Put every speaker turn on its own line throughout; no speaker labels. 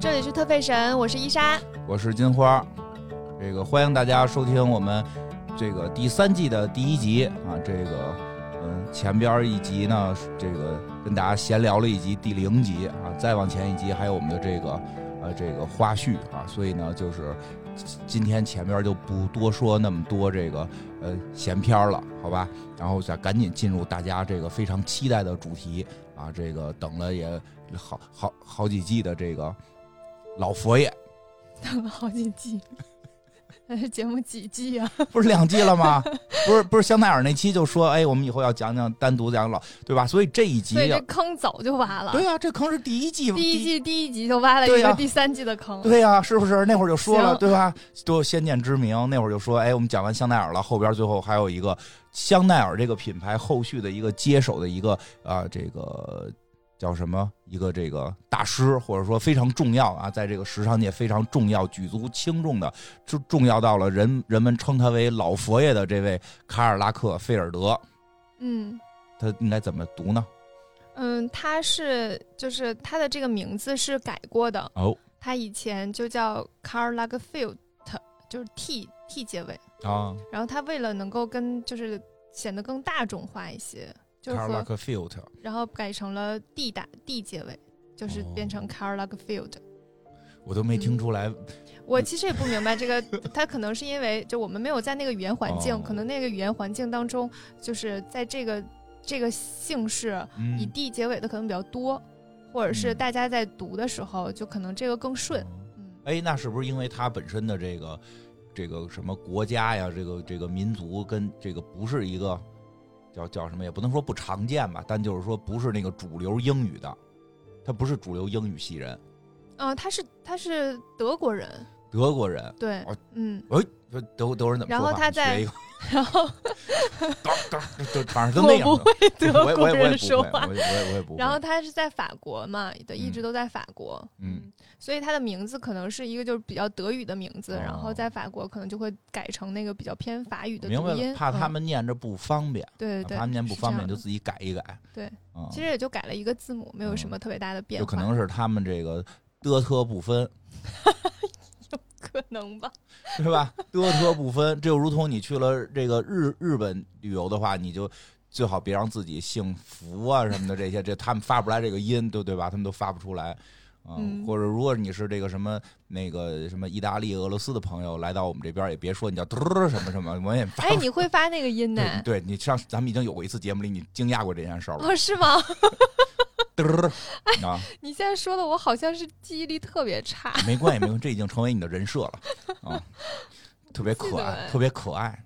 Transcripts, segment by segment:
这里是特费神，我是伊 莎。
我是金花，这个欢迎大家收听我们这个第三季的第一集啊，这个嗯前边一集呢，这个跟大家闲聊了一集第零集啊，再往前一集还有我们的这个呃这个花絮啊，所以呢就是今天前边就不多说那么多这个呃闲篇儿了，好吧？然后再赶紧进入大家这个非常期待的主题啊，这个等了也好好好几季的这个老佛爷。
等了好几季，还是节目几季啊？
不是两季 了吗？不是不是香奈儿那期就说，哎，我们以后要讲讲单独讲老，对吧？所以这一集
所以这坑早就挖了。
啊对呀、这坑是第一季，
第一季第一集就挖了
对
一
呀
个第三季的坑。
对啊呀、是不是？那会儿就说了，
行
对吧？都有先见之明，那会儿就说，哎，我们讲完香奈儿了，后边最后还有一个香奈儿这个品牌后续的一个接手的一个啊、这个叫什么？一个这个大师，或者说非常重要啊，在这个时尚界非常重要、举足轻重的，就重要到了人人们称他为老佛爷的这位卡尔拉克菲尔德，
嗯
他应该怎么读呢？
嗯，他是就是他的这个名字是改过的，
哦
他以前就叫 Karl Lagerfeld，就是 T T 结尾。
啊，
然后他为了能够跟就是显得更大众化一些，就是
卡尔拉
和
克菲尔德。
然后改成了 D 打 D 结尾，就是变
哦
成 Karl Lagerfeld。
我都没听出来，
我其实也不明白这个，他可能是因为就我们没有在那个语言环境，
哦
可能那个语言环境当中，就是在这个这个姓氏以
嗯，
D 结尾的可能比较多，或者是
嗯
大家在读的时候就可能这个更顺。
哦
嗯，
哎，那是不是因为它本身的这个这个什么国家呀，这个这个民族跟这个不是一个叫叫什么，也不能说不常见吧，但就是说不是那个主流英语的，他不是主流英语系人，哦
呃，他是他是德国人，
德国人，
对
哦，
嗯，
说德德国人怎么
然
说
后
话？
他
你
在
学一个，
然 后
当当就反正都那
我
样
不
的。
会德
我也
国
我也我也
人
不
说
会，
话
我。也我也我也不会。
然后他是在法国嘛，对，一
嗯
直都在法国，
嗯，
所以他的名字可能是一个就是比较德语的名字，然后
哦
在法国可能就会改成那个比较偏法语的
明
读
白
音
了，，怕
嗯
他们念着不方便，
对对
怕
对，
他们念啊不
是这
方便
样
就
的
自己改一改。
对，
嗯，
其实也就改了一个字母，没有什
嗯
么特别大的变化，
有可能是他们这个的特不分，
可能 吧，
是吧？的特不分，这就如同你去了这个日日本旅游的话，你就最好别让自己姓福啊什么的这些，这他们发不出来这个音，对对吧？他们都发不出来。嗯，
嗯
或者如果你是这个什么那个什么意大利、俄罗斯的朋友来到我们这边，也别说你叫嘟儿什么什么，我也发
哎，你会发那个音呢？
对，对你上次咱们已经有过一次节目里你惊讶过这件事儿了，
哦，是吗？
嘚 儿啊，
你现在说的我好像是记忆力特别差，
没关系，没关系，这已经成为你的人设了 啊，特别可
记得
爱，
哎
特别可爱。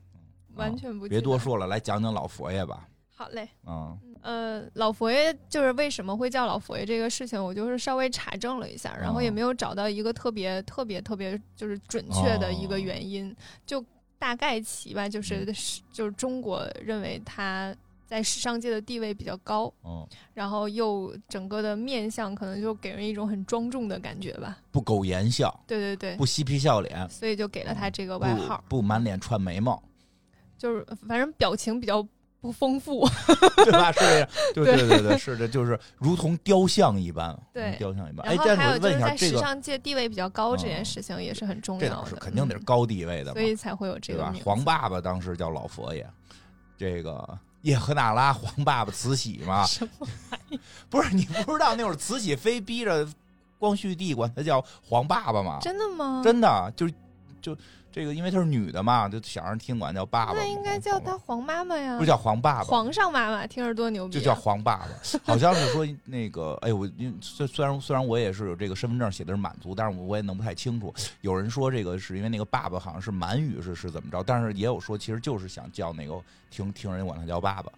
完全不记
别
得
多。说了，来讲讲老佛爷吧。
好嘞，
嗯，
呃，老佛爷就是为什么会叫老佛爷这个事情，我就是稍微查证了一下，然后也
哦
没有找到一个特别特别特别就是准确的
哦
一个原因，就大概其吧，就是
嗯
是就是中国认为他在时尚界的地位比较高，
嗯，
然后又整个的面相可能就给人一种很庄重的感觉吧，
不苟言笑，
对对对，
不嬉皮笑脸，
所以就给了他这个
不
外哎号，
不满脸串眉毛，
就是反正表情比较不丰富，
对吧？是这样，对
对
对对对，是的，就是如同雕像一般，
对
嗯雕像一般。 哎
然，后
但
还有
我
就
问
是
一下，
在
这
时
个
尚界地位比较高这
嗯
件事情也是很重
这
要
哪
的，
是肯定得
嗯
是高地位的
所？
嘛
以才会有这
对
个
吧
名？字。
黄爸爸当时叫老佛爷，这个叶赫那拉、黄爸爸、慈禧嘛，
什么？
不是你不知道那会儿慈禧非逼着光绪帝管他叫黄爸爸嘛？
真的吗？
真的就是就这个，因为她是女的嘛，就想让听管叫爸爸嘛。
那应该叫她
黄
黄妈妈
爸爸，
呀，
不是叫黄爸爸，
皇上妈妈，听着多牛逼、
就
啊！
叫黄爸爸。好像是说那个，哎，我因虽虽然虽然我也是有这个身份证写的是满族，但是我也弄不太清楚。有人说这个是因为那个爸爸好像是满语是是怎么着，但是也有说其实就是想叫那个听听人管他叫爸爸。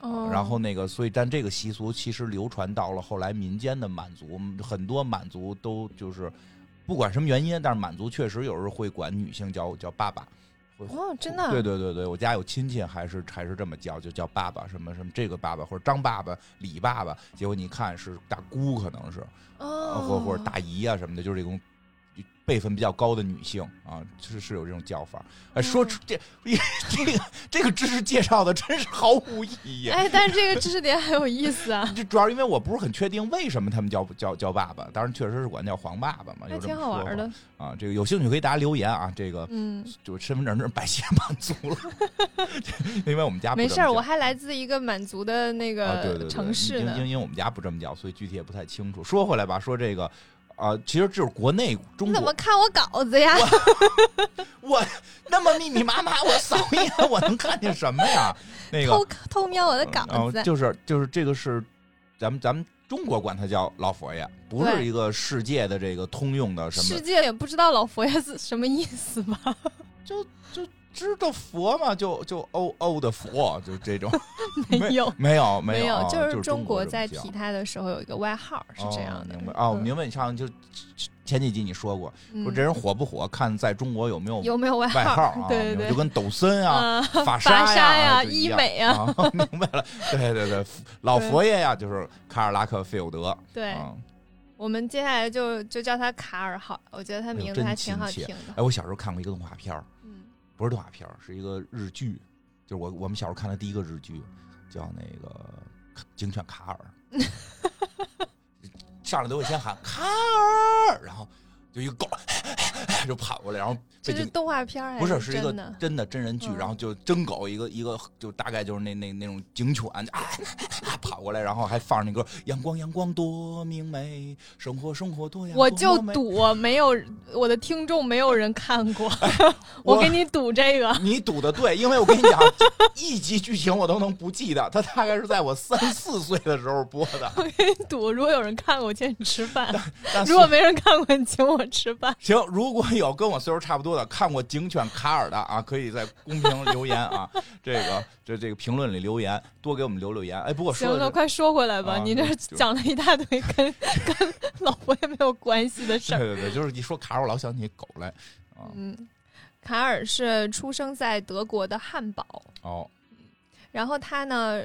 哦
然后那个，所以但这个习俗其实流传到了后来民间的满族，很多满族都就是不管什么原因，但是满族确实有时候会管女性叫叫爸爸。
哦，真的啊
对对对对，我家有亲戚还是还是这么叫，就叫爸爸什么什么这个爸爸或者张爸爸、李爸爸，结果你看是大姑可能是，呃
哦，
或或者大姨啊什么的，就是这种辈分比较高的女性啊，是是有这种叫法。哎，说
嗯
出这这个这个知识介绍的真是毫无意 义。
哎，但是这个知识点很有意思啊，
这主要是因为我不是很确定为什么他们叫叫叫爸爸，当然确实是管叫黄爸爸嘛，
还
有这
挺
么
好
说
玩
法
的。
啊。这个有兴趣可以大家留言啊，这个
嗯，
就身份证真是百邪满族了， 因为我们家不
没
这
事
么
儿，
叫
我还来自一个满族的那
啊，对对
个
对，
城市
因
呢
因。因为我们家不这么叫，所以具体也不太清楚。说回来吧，说这个，啊、其实就是国内中
你怎么
国，
看我稿子呀？
我那么密密麻麻，我扫一眼我能看见什 么呀？那个嗯
偷偷瞄我的
然
稿
后
子，
就是就是这个是咱们咱们中国管它叫老佛爷，不是
对
一个世界的这个通用的什
世
么，
界也不知道老佛爷是什么意思吧？
就就知道佛嘛，就就哦哦的佛，就这种
没有，
没有没
有
啊，
就
就是
中
国
国
这么
在
叫
提他的时候有一个外号是这样的。
哦明白哦，我
嗯
明白。你上就前几集你说过，说
嗯
这人火不火，看在中国有没有
有没有外
外号 啊？
对
明白
对
就
对，
跟抖森啊、
啊，
法
法
呀、
沙呀
是一样
医美呀
啊， 明白了。对对对，老佛爷呀，就是卡尔拉克费尔德。
对，
啊，
我们接下来就就叫他卡尔好，我觉得他名字
哎呦
还
真亲
挺好
切
听的。
哎，我小时候看过一个动画片儿，
嗯，
不是动画片儿，是一个日剧，就是我我们小时候看的第一个日剧，叫那个《警犬卡尔》， 上来都会先喊卡尔，然后就一个狗就跑过来，然后被
这
警
是动画片儿还
不是，
是
是一个
真的？
真的真人剧，
嗯
然后就真狗一个一个，就大概就是那那那种警犬啊啊跑过来，然后还放着那歌《阳光阳光多明媚，生活生活多阳
我
光
就
多美
赌没有我的听众没有人看 过，
我
我给你赌这个。
你赌的对，因为我跟你讲， 一集剧情我都能不记得，它大概是在我三四岁的时候播的。
我给你赌，如果有人看过，我请你吃饭；
但是
如果没人看过，你请我吃饭。
行，如果有跟我岁数差不多的看过《警犬卡尔》的啊，可以在公屏留言 啊，这个这这个评论里留言，多给我们留留言。哎，不过
行
说的
了，
是
快说回来吧，
啊
你这
就
讲了一大堆跟 跟老婆也没有关系的事儿。
对对对，就是一说卡尔，我老想起狗来啊。
嗯，卡尔是出生在德国的汉堡，
哦，
然后他呢，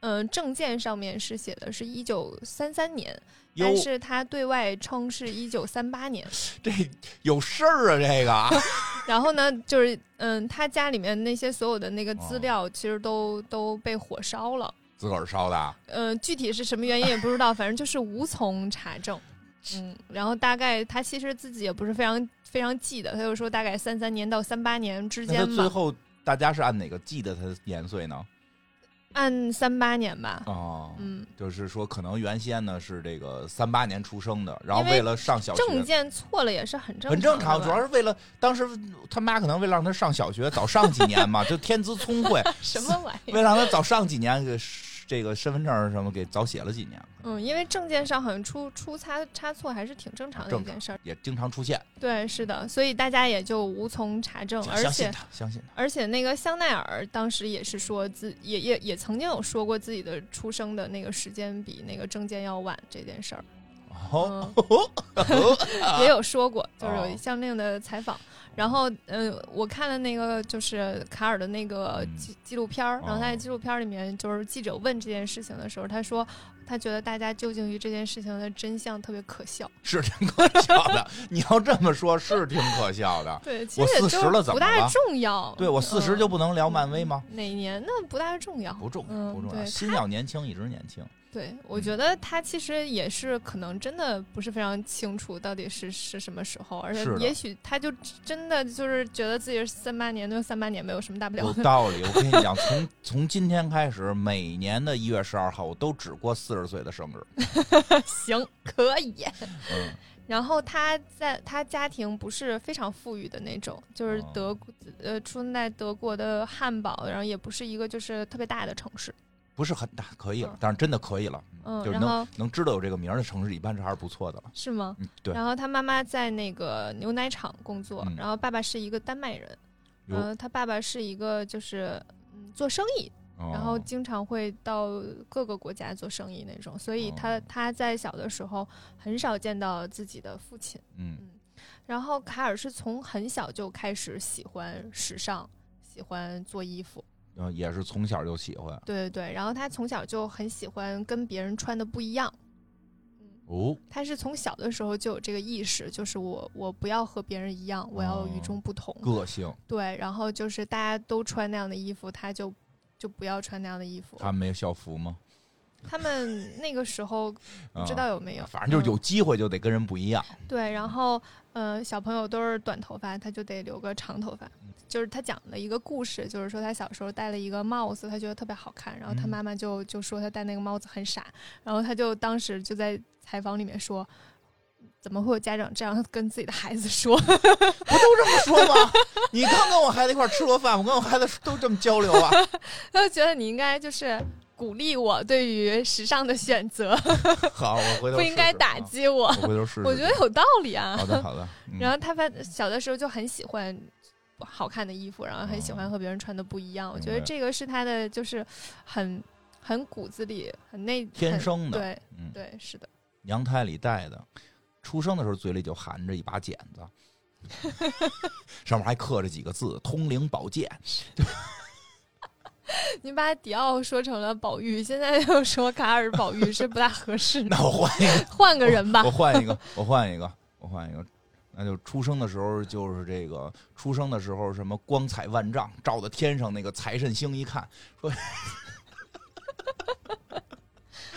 呃，证件上面是写的是一九三三年，
有
但是他对外称是一九三八年。
这有事儿啊，这个啊
然后呢，就是嗯，他家里面那些所有的那个
哦
资料，其实都、都被火烧了。
自个儿烧的啊，
呃，具体是什么原因也不知道，反正就是无从查证。嗯，然后大概他其实自己也不是非常非常记得，他就说大概三三年到三八年之
那他
间
最
吧，
后大家是按哪个记得他的年岁呢？
按三八年吧。
哦，
嗯，
就是说可能原先呢是这个三八年出生的，然后
因为
为了上小学。
证件错了也是很正
很正常，
的
主要
吧
是为了当时他妈可能为了让他上小学早上几年嘛，就天资聪 慧，
什么玩意
为
儿？
了让他早上几年，给这个身份证什么给早写了几年，
嗯，因为证件上好像出出差差错还是挺正常的一
正
件事儿。
也经常出现。
对，是的，所以大家也就无从查证，嗯而
相
且
信他，相信他。
而且那个香奈儿当时也是说自也也也曾经有说过自己的出生的那个时间比那个证件要晚这件事儿，嗯
哦，
也有说过，就是有
哦
相应的采访。然后，嗯、我看了那个就是卡尔的那个
嗯
纪纪录片儿，然后他
哦
在纪录片儿里面就是记者问这件事情的时候，他说他觉得大家究竟于这件事情的真相特别可笑。
是挺可笑的。你要这么说，是挺可笑的。
对，其
我
实也
40了
就不
怎么
大
了
重要。
对我四十就
嗯
不能聊漫威吗？
哪年那不大重要。
不重要，
嗯
不重要。
对
心要年轻，一直年轻。
对，我
嗯
觉得他其实也是可能真的不是非常清楚到底是是什么时候，而且
是的
也许他就真的就是觉得自己是三八年，就三八年没有什么大不了
有
的。
道理，我跟你讲，从 从今天开始，每年的一月十二号，我都只过四十岁的生日。
行，可以。
嗯，
然后他在他家庭不是非常富裕的那种，就是
哦
德呃出生在德国的汉堡，然后也不是一个就是特别大的城市。
不是很大，可以了
嗯，
但是真的可以了，
嗯，
就是
然
能
后
能知道有这个名儿的城市，一般是还是不错的了。
是吗？
嗯，对，
然后他妈妈在那个牛奶厂工作，
嗯
然后爸爸是一个丹麦人，
哟
然后他爸爸是一个就是嗯做生意，然后
哦
经常会到各个国家做生意那种，所以他、
哦
他在小的时候很少见到自己的父亲。
嗯，
然后卡尔是从很小就开始喜欢时尚，喜欢做衣服，
然后也是从小就喜欢。
对对对，然后他从小就很喜欢跟别人穿的不一样。嗯，
哦，
他是从小的时候就有这个意识，就是我我不要和别人一样，我要
哦
与众不同。
个性，
对，然后就是大家都穿那样的衣服，他就就不要穿那样的衣服。
他们没有校服吗？
他们那个时候不
啊、
知道有没有，
反正就是有
嗯
机会就得跟人不一样。
对，然后呃，小朋友都是短头发，他就得留个长头发
嗯。
就是他讲了一个故事，就是说他小时候戴了一个帽子，他觉得特别好看，然后他
嗯
妈妈就就说他戴那个帽子很傻，然后他就当时就在采访里面说。怎么会有家长这样跟自己的孩子说？
不都这么说吗？ 你刚跟我孩子一块儿吃过饭，我跟我孩子都这么交流啊。
他就觉得你应该就是鼓励我对于时尚的选择，
好，我回头
不应该
试试
打
啊
击我。
我回头试试。
我觉得有道理啊。
好的好的，嗯
然后他发小的时候就很喜欢好看的衣服，然后很喜
哦
欢和别人穿的不一样。我
明
觉得
白
这个是他的，就是很很骨子里，很内
天
很
生的，
对
嗯，
对，是的，
娘胎里带的，出生的时候嘴里就含着一把剪子， 上面还刻着几个字“通灵宝剑
你把迪奥说成了宝玉，现在又说卡尔宝玉是不大合适”。的，
那哦我换一个，
换个人吧
我。换一个，我换一个，我换一个。那就出生的时候就是这个，出生的时候什么光彩万丈，照到天上那个财神星一看，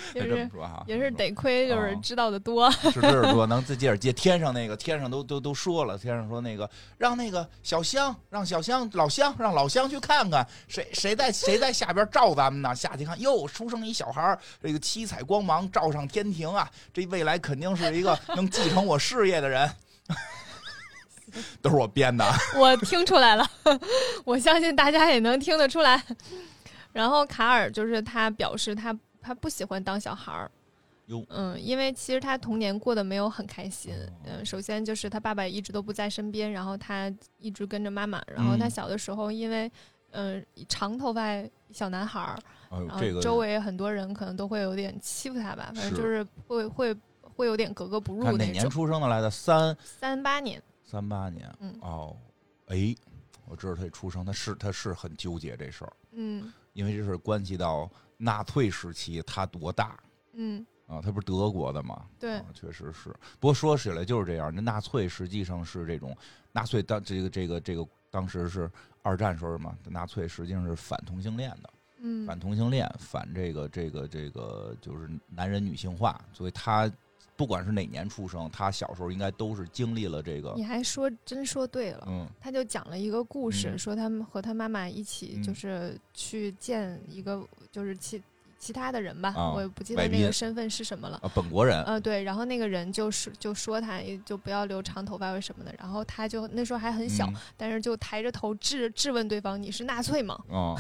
就
这么
是
说哈，
也是得亏就是
哦
知道的多，
是这是说能自己点接天上那个，天上都都都说了，天上说那个让那个小香，让小香老香，让老香去看看谁谁在谁在下边照咱们呢？下去看，哟，出生一小孩儿，这个七彩光芒照上天庭啊，这未来肯定是一个能继承我事业的人。 都是我编的啊，
我听出来了，我相信大家也能听得出来。然后卡尔就是他表示他他不喜欢当小孩儿
哟，哦
嗯，因为其实他童年过得没有很开心。嗯，首先就是他爸爸一直都不在身边，然后他一直跟着妈妈，然后他
嗯
小的时候因为嗯、长头发小男孩儿，
哎呦
然后啊周围很多人可能都会有点欺负他吧，反正
是
就是会会会有点格格不入
看哪
那
年
种。
出生的来的？三
三八年，
三八年，
嗯
哦，哎，我知道他一出生，他是他是很纠结这事儿。
嗯
因为这是关系到纳粹时期他多大
嗯，
啊，他不是德国的吗？
对
啊，确实是。不过说起来就是这样，那纳粹实际上是这种纳粹当这个这个这个当时是二战时候嘛，纳粹实际上是反同性恋的，
嗯
反同性恋，反这个这个这个就是男人女性化，所以他。不管是哪年出生，他小时候应该都是经历了这个，
你还说真说对了。
嗯，
他就讲了一个故事，
嗯
说他们和他妈妈一起
嗯
就是去见一个就是其其他的人吧，
啊
我也不记
外
得那
宾
个身份是什么了。
啊，本国人，
呃，对，然后那个人就是就说他就不要留长头发或什么的，然后他就那时候还很小，
嗯
但是就抬着头质质问对方：“你是纳粹吗
哦，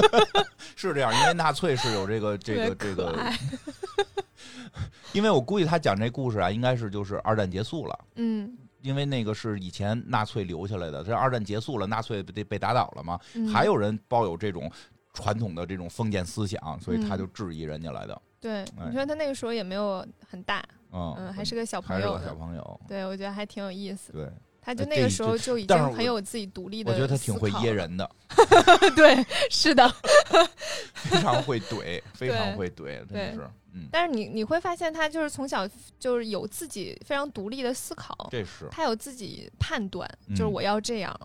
是这样，因为纳粹是有这个这
特
个这
别
个
可 爱，
因为我估计他讲这故事啊，应该是就是二战结束了，？”
嗯，
因为那个是以前纳粹留下来的，这二战结束了，纳粹被被打倒了嘛，
嗯
还有人抱有这种传统的这种封建思想，所以他
嗯
就质疑人家来的，
对，
哎
你说他那个时候也没有很大，
嗯，
嗯，还是个小朋
还是
友
个小
呢，
朋友，
对我觉得还挺有意思。
对，
他就
哎
那
这
个
一
时
这
候就已
但是
经很
我
有自己独立
我
的，
觉得他挺会 噎。人的，
对，是的。
非常 会怼，非常会怼，真的
对
是，嗯，
但是你你会发现，他就是从小就是有自己非常独立的思考，
这是
他有自己判断，
嗯
就是我要这样，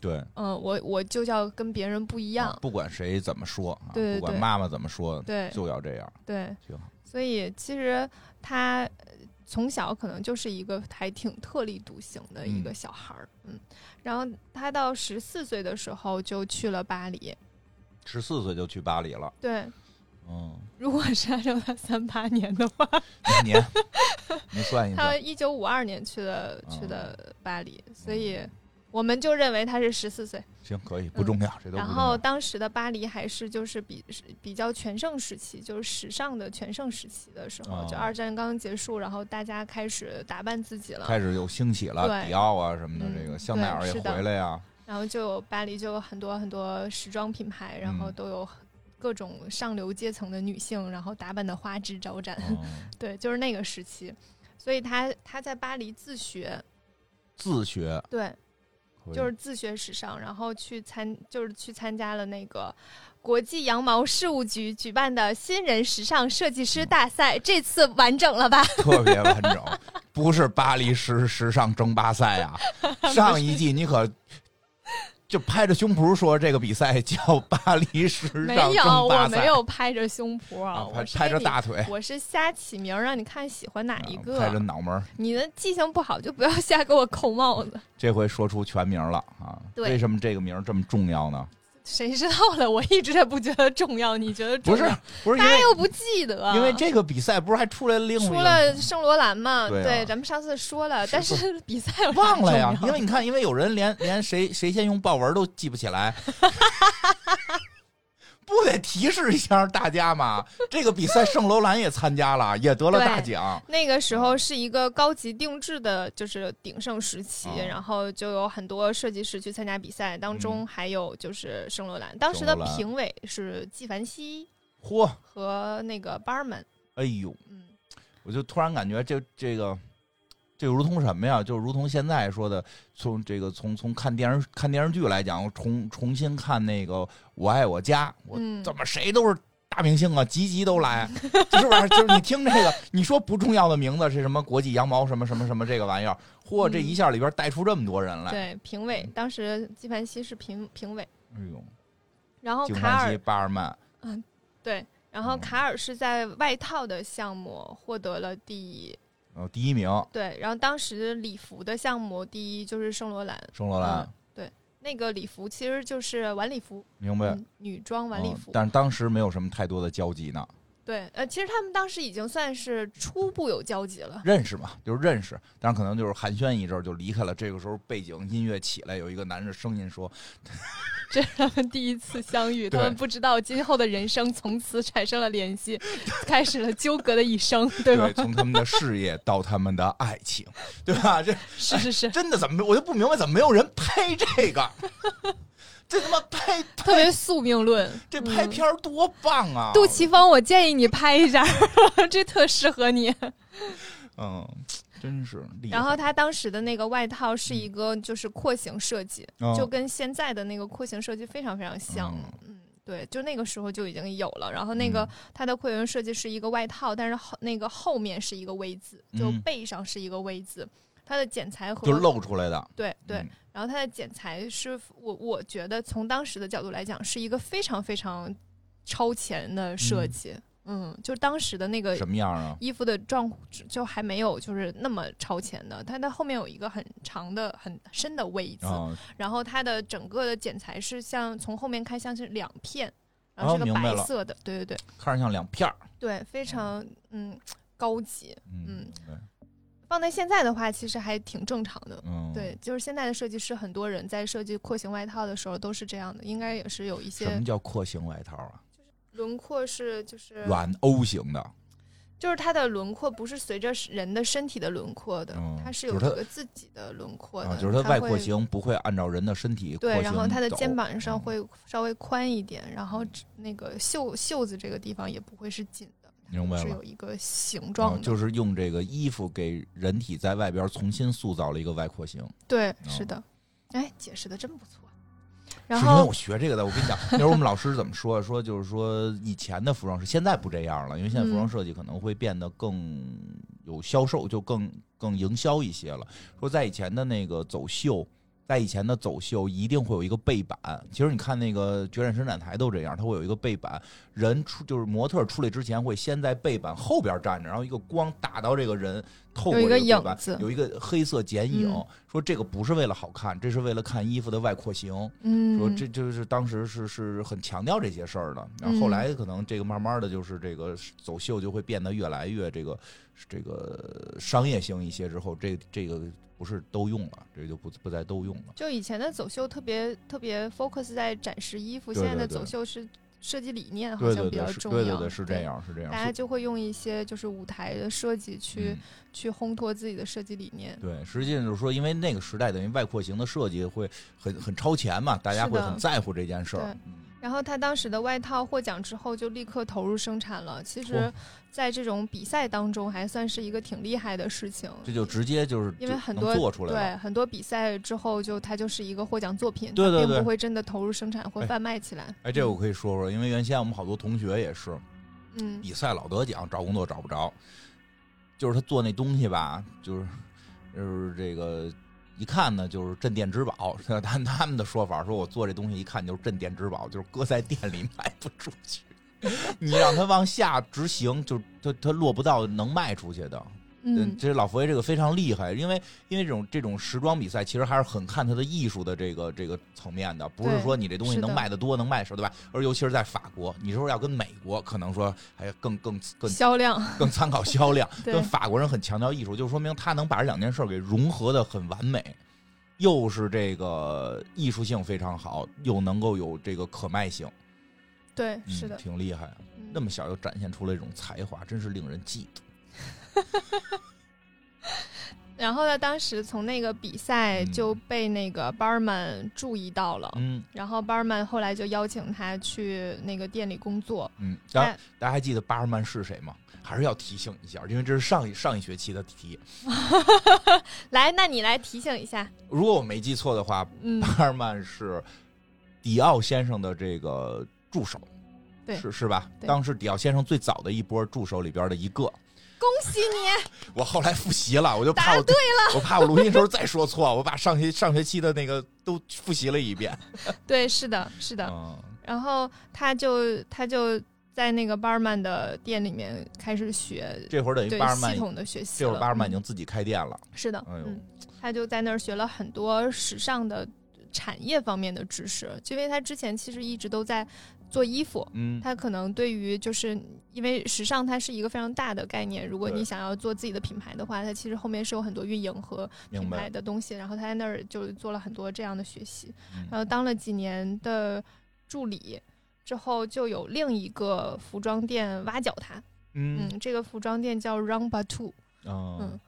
对。
嗯，我我就要跟别人不一样
啊，不管谁怎么说，啊
对对
不管
对
妈妈怎么说，
对
就要这样，
对，
挺好。
所以其实他呃从小可能就是一个还挺特立独行的一个
嗯
小孩儿，嗯，然后他到十四岁的时候就去了巴黎，
十四岁就去巴黎了，
对，
嗯，
如果是按照他三八年的话，
一年，你算一
他
算，
一九五二年去的去
嗯
的巴黎，所以我们就认为他是十四岁。
行，可以，不重要，这都
嗯
不
然
重
后
要。
当时的巴黎还是就是比是比较全盛时期，就是时尚的全盛时期的时候，
哦
就二战刚结束，然后大家开始打扮自己了，
开始又兴起了，
对
迪奥啊什么的，
嗯
这个香奈儿
对
也
是的
回 来呀，
然后就有巴黎就有很多很多时装品牌，然后
嗯
都有各种上流阶层的女性，然后打扮的花枝招展，
嗯
对，就是那个时期，所以他他在巴黎自学，
自学，
对，
可以
就是自学时尚，然后去参就是去参加了那个国际羊毛事务局举办的新人时尚设计师大赛，这次完整了吧？
特别完整， 不是巴黎时时尚争霸赛 啊！上一季你可就拍着胸脯说这个比赛叫巴黎时尚
没
争
有，我
霸
没
赛，
有拍着胸脯啊，
啊
我
拍
是
拍
给
着
你
大腿，
我是瞎起名儿，让你看喜欢哪一
啊
个。
拍着脑门儿，
你的记性不好，就不要瞎给我扣帽子。
这回说出全名了啊！
对
为什么这个名儿这么重要呢？
谁知道了？我一直也不觉得重要，你觉得重
不
要？
是，不是因
大家
为
又不记得，
因为这个比赛不是还出来另
除
一个
了圣罗兰嘛，
对啊
咱们上次说了，
是
但是 比赛有啥
忘 了呀？
重
因
要
为你看，因为有人连连谁谁先用豹纹都记不起来， 不得提示一下大家吗？这个比赛圣罗兰也参加了，也得了大奖。
那个时候是一个高级定制的，就是鼎盛时期，
啊
然后就有很多设计师去参加比赛，当中
嗯
还有就是圣罗兰，当时的
圣罗兰
评委是纪梵希
嚯，
和那个巴尔曼，
哎呦，
嗯，
我就突然感觉这这个。这如同什么呀？就如同现在说的，从这个从从看电视看电视剧来讲，重重新看那个《我爱我家》，我
嗯
怎么谁都是大明星啊，集集都来，是不 是？就是你听这个，你说不重要的名字是什么国际羊毛什么什么什么这个玩意儿，嚯，这一下里边带出这么多人
嗯
来，嗯
对，评委当时纪梵希是评评委，
哎呦，
然后
景
卡
凡
尔
西、巴尔曼，
对，然后
嗯
卡尔是在外套的项目获得了第一，
呃，第一名，
对，然后当时礼服的项目第一就是圣罗兰，
圣罗兰
嗯，那个礼服其实就是晚礼服，
明白？
嗯女装晚礼
嗯
服。
但是当时没有什么太多的交集呢，
对，呃，其实他们当时已经算是初步有交集了。
认识嘛，就是认识，但是可能就是寒暄一阵儿就离开了。这个时候背景音乐起来，有一个男人声 音说
这是他们第一次相遇，
对
他们不知道今后的人生从此产生了联系， 开始了纠葛的一生，：“对吗？
从他们的事业到他们的爱情，对吧？这
是是是，
真的怎么没我就不明白怎么没有人拍这个，这他妈拍
特别宿命论。
这拍
嗯
片儿多棒啊！
杜琪峰，我建议你拍一下， 这特适合你。
嗯，真是厉害。
然后他当时的那个外套是一个就是廓形设计，
嗯
就跟现在的那个廓形设计非常非常像
嗯。
嗯，对，就那个时候就已经有了。然后那个、它的廓形设计是一个外套，但是后那个后面是一个 V 字，就
嗯
背上是一个 V 字。它的剪裁和
就露出来的，
对对，
嗯
然后它的剪裁是我我觉得从当时的角度来讲是一个非常非常超前的设
嗯
计。嗯，就当时的那个
什么样啊？
衣服的状就还没有就是那么超前的，它的后面有一个很长的、很深的 V 字，
啊，
然后它的整个的剪裁是像从后面看像是两片，然
哦
后是个
明白
白
了
色的，对对对
看着像两片儿，
对，非常嗯高级。
嗯
嗯，放在现在的话，其实还挺正常的。
嗯，
对，就是现在的设计师，很多人在设计廓形外套的时候都是这样的，应该也是有一
什
些
么叫廓形外套啊？
轮廓是就是
软 O 型的，
就是它的轮廓不是随着人的身体的轮廓的，
嗯
它是
就
有一
是它
个自己的轮廓的，
啊，就是它外
会
廓形不会按照人的身体廓
对，
形
然后它的肩
走
膀上
嗯
会稍微宽一点，然后只那个袖袖子这个地方也不会是紧的，
明白
是
了。
有一个形
啊
状的，
就是用这个衣服给人体在外边重新塑造了一个外廓形，
对，是的。哎，解释的真不错。然
哦是因为
后
我学这个的，我跟你讲，那时候我们老师怎么说？说就是说以前的服装是现在不这样了，因为现在服装
嗯
设计可能会变得更有销售，就更更营销一些了。说在以前的那个走秀，在以前的走秀一定会有一个背板。其实你看那个决战伸展台都这样，它会有一个背板，人出就是模特出来之前会先在背板后边站着，然后一个光打到这个人，透过
有一个
这背板
影子
有一个黑色剪影。
嗯
说这个不是为了好看，这是为了看衣服的外廓形。
嗯，
说这就是当时是是很强调这些事儿的，然后
嗯
后来可能这个慢慢的就是这个走秀就会变得越来越这个这个商业性一些，之后这这个不是都用了，这就不不再都用了。
就以前的走秀特别特别 focus 在展示衣服，
对
现在的
对对
走秀是设计理念好
对
像
对
比较
对，是
重要，
对对对是这。样是这样，
大家
是
就会用一些就是舞台的设计去、
嗯
去烘托自己的设计理念。
对，实际上就是说，因为那个时代等于外扩型的设计会很很超前嘛，大家
是
会
的
很在乎这件事儿
对。
嗯
然然后他当时的外套获奖之后，就立刻投入生产了。其实
嚯，
在这种比赛当中，还算是一个挺厉害的事情。
这就直接就是
因为很
能
多
做出来了
对很多比赛之后就，它就是一个获奖作品，
对对
它
对
并不会真的投入生产或
哎
贩卖起来。
哎，这我可以说说，因为原先我们好多同学也是
嗯，
比赛老得奖，找工作找不着，就是他做那东西吧，就是就是这个一看呢就是镇店之宝。他他他们的说法说，我做这东西一看就是镇店之宝，就是搁在店里卖不出去。 你让他往下执行，就他他落不到能卖出去的。
嗯，
这老佛爷这个非常厉害，因为因为这种这种时装比赛，其实还是很看他的艺术的这个这个层面的，不是
对
说你这东西
是的
能卖得多，能卖得少，对吧？而尤其是在法国，你说要跟美国，可能说还要更更 更
销量，
更参考销量，
对
跟法国人很强调艺术，就说明他能把这两件事儿给融合的很完美。又是这个艺术性非常好，又能够有这个可卖性，
对，
嗯、
是的。
挺厉害。
嗯
那么小就展现出了这种才华，真是令人嫉妒。
然后呢，当时从那个比赛
嗯
就被那个 barman 注意到了，
嗯
然后 barman 后来就邀请他去那个店里工作。
嗯，当然
哎
大家还记得巴尔曼是谁吗？还是要提醒一下，因为这是上一上一学期的题。
来，那你来提醒一下，
如果我没记错的话，
嗯，
巴尔曼是迪奥先生的这个助手，
对
是是吧？
对
当时迪奥先生最早的一波助手里边的一个。
恭喜你，
我后来复习了，我就怕
答
我对了，我怕我录音时候再说错，我把上学上学期的那个都复习了一遍。
对，是的，是的。
嗯，
然后他就他就在那个 barman 的店里面开始学，
这会儿等于
对
巴尔曼
系，统的学习
这
了。
会儿巴尔曼已经
嗯
自己开店了。
是的，
哎呦
嗯，他就在那儿学了很多时尚的产业方面的知识，就因为他之前其实一直都在做衣服，
嗯，
他可能对于就是因为时尚它是一个非常大的概念，如果
对
你想要做自己的品牌的话，它其实后面是有很多运营和
明
品
白
牌。的东西。然后他在那儿就做了很多这样的学习，
嗯
然后当了几年的助理之后，就有另一个服装店挖角他。
嗯
嗯，这个服装店叫 Run b a t o
嗯
嗯。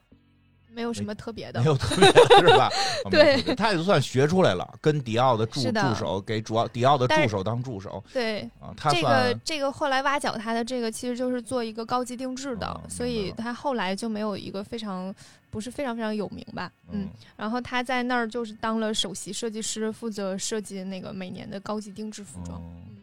没有什么特别的
没。有特别的是吧？ 啊没有
对
特别他也算学出来了，跟迪奥的助
是的
助手给主要迪奥的
但
助
是
手当助手
对，
啊，他
这个
算
这个后来挖角他的这个其实就是做一个高级定制的，
哦明
所
白
以
了
他后来就没有一个非常不是非常非常有名吧，嗯
嗯，
然后他在那儿就是当了首席设计师，负责设计那个每年的高级定制服装，
嗯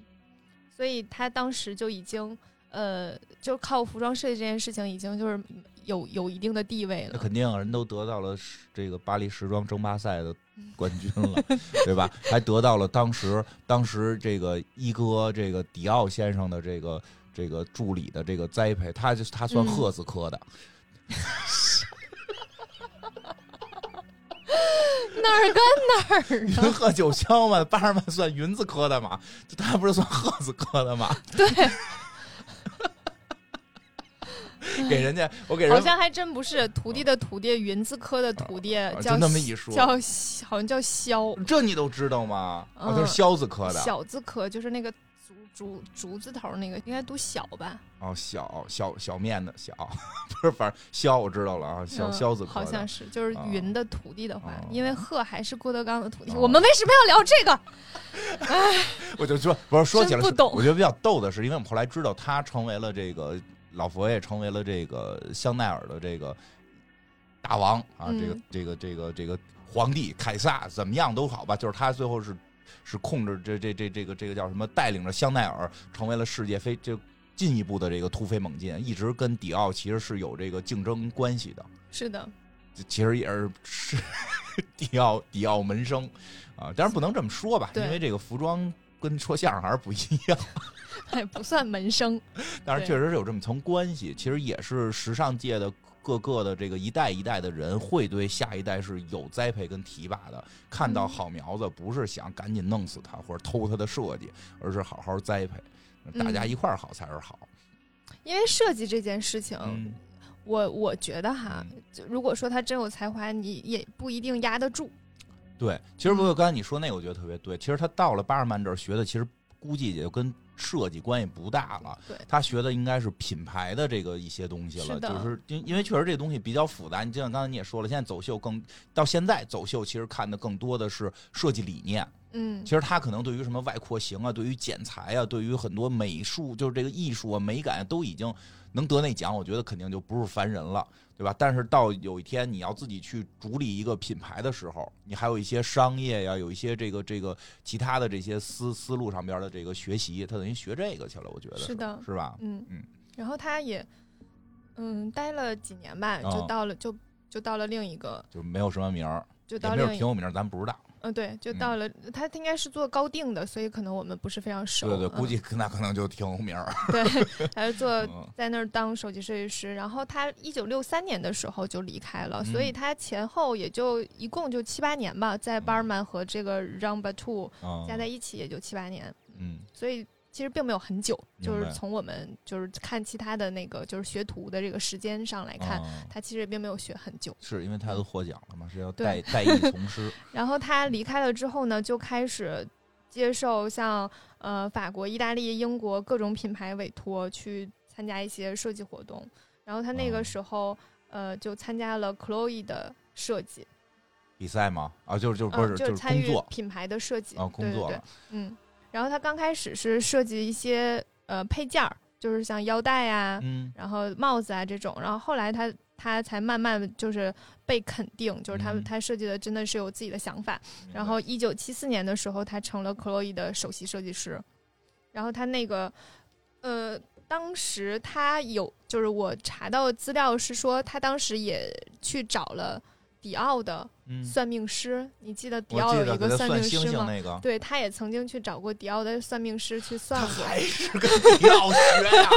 所以他当时就已经呃，就靠服装设计这件事情已经就是有有一定的地位
那
了，
肯定啊人都得到了时这个巴黎时装争霸赛的
嗯
冠军了， 对吧？还得到了当时当时这个一哥这个迪奥先生的这个这个助理的这个栽培，他就他算
嗯
赫斯科的，
哪儿跟
云
哪 儿啊？
鹤九霄嘛，巴尔曼算云字科的嘛，就他不是算鹤字科的 嘛？
对，
给人家我给人
好像还真不是徒弟的徒弟，云字科的徒弟
啊
叫
就那么一说
叫好像叫萧。
这你都知道吗？哦，他是
嗯
萧字科的，
小字科就是那个竹竹竹字头那个，应该读小吧？
哦，小小小面的小， 不是，反正萧我知道了啊，萧
嗯
萧字科
好像
的。
是，就是
哦
云的徒弟的话，
哦
因为鹤还是郭德纲的徒弟。
哦
我们为什么要聊这个？
我就说，不是说起来
真
是
不懂
我觉得比较逗的是，因为我们后来知道他成为了这个老佛爷，成为了这个香奈儿的这个大王啊，这个
嗯
这个这个这个皇帝凯撒怎么样都好吧，就是他最后是是控制这这这这个这个叫什么，带领着香奈儿成为了世界非就进一步的这个突飞猛进，一直跟迪奥其实是有这个竞争关系的。
是的，
其实也是 是迪奥迪奥门生啊，当然不能这么说吧，
对
因为这个服装跟说相声还是不一 样。
哎，不算门生。
但是
对
确实是有这么层关系，其实也是时尚界的各个的这个一代一代的人会对下一代是有栽培跟提拔的。看到
嗯
好苗子，不是想赶紧弄死他或者偷他的设计，而是好好栽培，大家
嗯
一块儿好才是好。
因为设计这件事情，
嗯，
我我觉得哈
嗯，
就如果说他真有才华，你也不一定压得住。
对，其实不过刚才你说那个，我觉得特别对。其实他到了巴尔曼这儿学的，其实估计也就跟设计关系不大了。
对
他学的应该是品牌的这个一些东西了，
是的
就是因因为确实这东西比较复杂。你就像刚才你也说了，现在走秀更到现在走秀，其实看的更多的是设计理念，
嗯
其实他可能对于什么外扩型啊，对于剪裁啊，对于很多美术，就是这个艺术啊、美感都已经能得那奖，我觉得肯定就不是凡人了，对吧？但是到有一天你要自己去主理一个品牌的时候，你还有一些商业呀、有一些这个这个其他的这些思思路上边的这个学习，他等于学这个去了，我觉得
是的
是吧？
嗯
嗯
然后他也嗯待了几年吧，
哦
就到了就就到了另一个，
就没有什么名儿，
就
也
到
没有
另一
挺有名儿，咱不知道。
嗯对，就到了他他应该是做高定的，所以可能我们不是非常熟，
对对，
嗯呃
估计那可能就挺有名儿。
对，还是做
嗯
在那儿当首席设计师，然后他一九六三年的时候就离开了，
嗯
所以他前后也就一共就七八年吧，在
嗯
Barman 和这个 r a m b a t u 加
嗯
在一起也就七八年，
嗯
所以其实并没有很久，就
明
是
白
从我们就是看其他的那个就是学徒的这个时间上来看，
嗯
他其实并没有学很久。
是因为他都获奖了嘛，是要代
对
代艺从师。
然后他离开了之后呢，就开始接受像呃法国、意大利、英国各种品牌委托去参加一些设计活动。然后他那
哦
个时候、呃就参加了 Chloe 的设计，
比赛吗？啊，就是就是不
嗯、
是、
就是参
工
与
作
品牌的设计
啊，工作
对对对，，
了
嗯。然后他刚开始是设计一些呃配件儿，就是像腰带啊，
嗯
然后帽子啊这种，然后后来他他才慢慢就是被肯定，就是他、
嗯
他设计的真的是有自己的想法。然后一九七四年的时候，他成了 Chloe 的首席设计师。然后他那个，呃，当时他有，就是我查到资料是说，他当时也去找了迪奥的
嗯，
算命师。你记得迪
我
奥
记
有
得
一
给
个
他
算
算
命
星
师
星
吗？
那个，
对，他也曾经去找过迪奥的算命师去算
他
过。
还是跟迪奥学呀。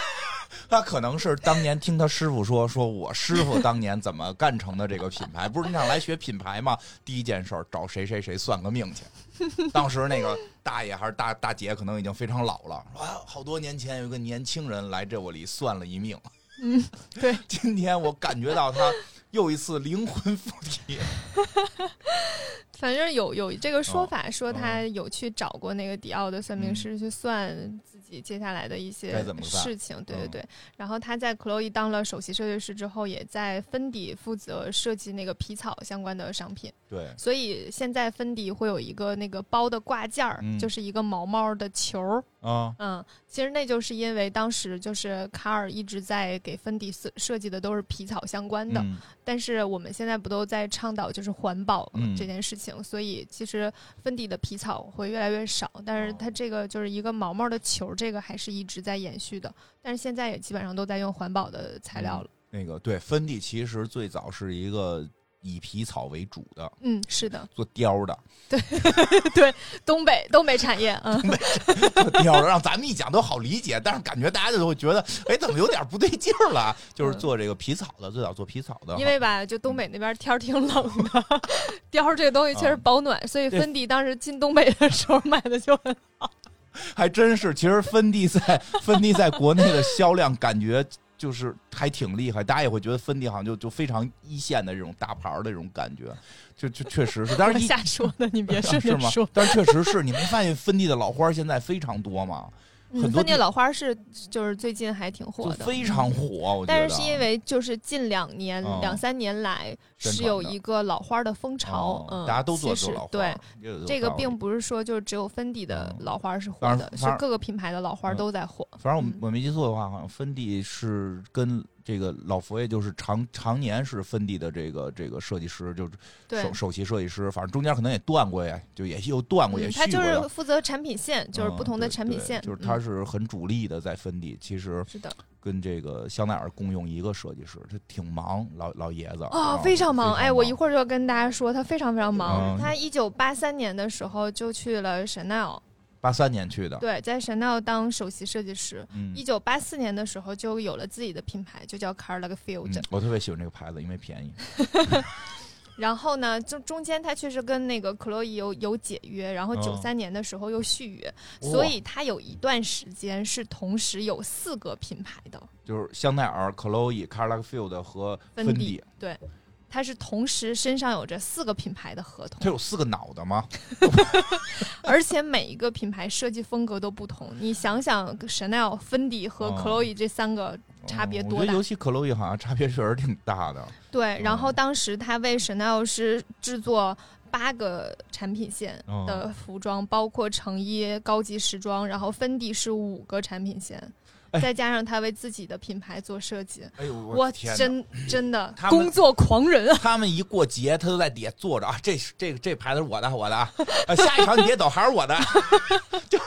他可能是当年听他师傅说，说我师傅当年怎么干成的这个品牌，不是你想来学品牌吗？第一件事儿找谁谁谁算个命去。 当时那个大爷还是大大姐，可能已经非常老了，说、啊、好多年前有一个年轻人来这我里算了一命，
嗯，对，
今天我感觉到他又一次灵魂附 体。
反正有有这个说
哦嗯
法，说他有去找过那个迪奥的算命师去算自己接下来的一
该
些
怎么办
事情，对对
嗯
对。然后他在 Chloe 当了首席设计师之后，也在芬迪负责设计那个皮草相关的商品，
对，
所以现在芬迪会有一个那个包的挂件儿
嗯，
就是一个毛毛的球儿，
啊，
嗯，其实那就是因为当时就是卡尔一直在给芬迪设设计的都是皮草相关的，
嗯
但是我们现在不都在倡导就是环保
嗯
这件事情，所以其实芬迪的皮草会越来越少，但是
哦
它这个就是一个毛毛的球，这个还是一直在延续的，但是现在也基本上都在用环保的材料了。
那个对，芬迪其实最早是一个以皮草为主的，
嗯，是的，
做貂的，
东北东北产业，嗯，
做貂的，让咱们一讲都好理解，但是感觉大家就会觉得，哎，怎么有点不对劲儿了？就是做这个皮草的，最早做皮草的，
嗯因为吧，就东北那边天儿挺冷的， 貂儿这个东西确实保暖，所以
啊对
芬迪当时进东北的时候买的就很
还真是，其实芬迪在芬迪在国内的销量感觉。就是还挺厉害，大家也会觉得芬迪好像就就非常一线的这种大牌儿的这种感觉，就就确实是，但是一
瞎说的，你别顺
啊是
着
吗
说。？
但是确实是，你没发现芬迪的老花现在非常多吗？
嗯
很多
芬迪
地
老花是就是最近还挺火
就
的，
非常火，我觉得。啊
但是是因为就是近两年、
哦
两三年来
宣
是
传
有
的
一个老花的风潮，
哦
嗯，
大家都做
其
做
实
老花，
对，
也有
这个
道理
并不是说就只有芬迪的
嗯
老花是火
当然
的，是
反而
各个品牌的老花
嗯
都在火。
反正我们
嗯
我没记错的话，好像芬迪是跟这个老佛爷就是常常年是芬迪的这个这个设计师，就是
对，
首首席设计师，反正中间可能也断过呀，就也又断过，也
嗯
续
它就
过呀
是负责产品线，就是
嗯
不同的
对
产品
对
线，
就是啊
嗯
他是很主力的在芬迪，其实
是的，
跟这个香奈儿共用一个设计师，他挺忙，老老爷子
啊，
嗯
非常忙。哎，我一
忙
会儿就要跟大家说，他非常非常忙。
嗯
他一九八三年的时候就去了
啊
Chanel，
八三年去的，
对，在 Chanel 当首席设计师。
嗯
一九八四年的时候就有了自己的品牌，就叫 Karl Lagerfeld。
嗯，我特别喜欢这个牌子，因为便宜。
然后呢，就中间他确实跟那个克洛伊有有解约，然后
嗯
九三年的时候又续约，
哇
所以他有一段时间是同时有四个品牌的，
就是香奈儿、Chloe、Karl Lagerfeld 和
芬
芬
迪
迪，
他是同时身上有着四个品牌的合同
它，有四个脑袋吗？
而且每一个品牌设计风格都不同。你想想，Chanel、芬迪和
哦
克洛伊这三个差别
嗯我
多
觉得
大？
尤其 Chloe 好像差别确实挺大的。
对，然后
嗯
当时他为 Chanel 是制作八个产品线
哦
嗯
的服装，包括成衣、高级时装，然后芬迪是五个产品线，
哎
再加上他为自己的品牌做设计，
哎呦，
我
我天哪！
真真的
他们
工作狂人啊！
他们一过节，他就在底下坐着啊，这是这个这牌子是我的，我 的啊，啊下一场你别走，还是我的。 就，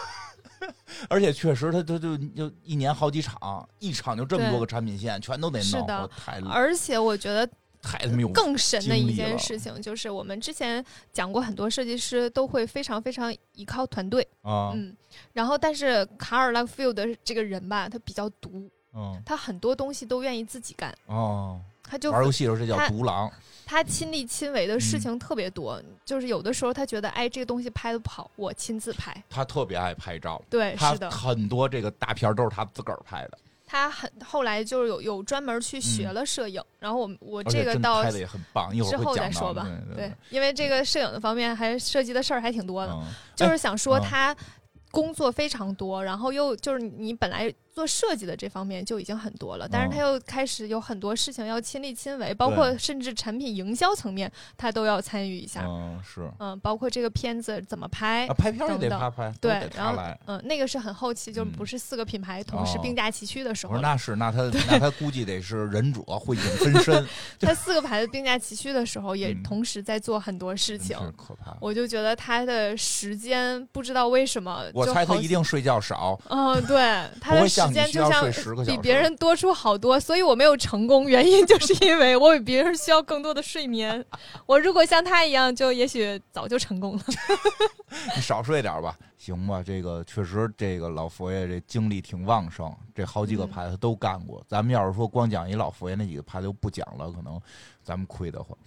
而且确实他，他就就一年好几场，一场就这么多个产品线，全都得
是
弄，
的
我太
而且我觉得
太他妈有
更神的一件
嗯了
事情就是，我们之前讲过，很多设计师都会非常非常依靠团队，
啊，
嗯，然后但是卡尔拉菲尔德这个人吧，他比较独，
嗯
他很多东西都愿意自己干，
哦，
他就
玩游戏的时候，这叫
他
独狼。
他亲力亲为的事
嗯
情特别多，就是有的时候他觉得，哎，这个东西拍的不好，我亲自拍。
他特别爱拍照，
对，
他
是的，
很多这个大片儿都是他自个儿拍的，
他很后来就是有有专门去学
嗯
了摄影，然后我我
而
这
且
个
真
到
拍的也很棒，一会
之
儿
后
会
再
讲到
说
的
吧，
对
对，因为这个摄影的方面还涉及的事儿还挺多的，
嗯
就是想说
嗯
他工作非常多，然后又就是你本来做设计的这方面就已经很多了，但是
嗯
他又开始有很多事情要亲力亲为，包括甚至产品营销层面他都要参与一下。
嗯是啊，
嗯，包括这个片子怎么拍，
啊
拍片儿也得
哎等等
他拍，都
对
得，
然
他
后
来。
嗯，那个是很后期，就
嗯
不是四个品牌同时
哦
并驾齐驱的时
我
候
说
了。
那是，那他那他估计得是忍者会影分 身，
他四个牌子并驾齐驱的时候，也
嗯
同时在做很多事
真
情。
嗯是可怕。
我就觉得他的时间不知道为什么，
我
就
猜他
好
一定睡觉少，
嗯， 对，他
不
的
会
时
像你
间
需
就
要
像
睡10个小
比
时
别人多出好多，所以我没有成功，原因就是 因为我比别人需要更多的睡眠。我如果像他一样，就也许早就成功了。
你少睡点吧，行吧？这个确实，这个老佛爷这精力挺旺盛，这好几个
嗯
牌子都干过。咱们要是说光讲一老佛爷那几个牌子就不讲了，可能咱们 亏得慌，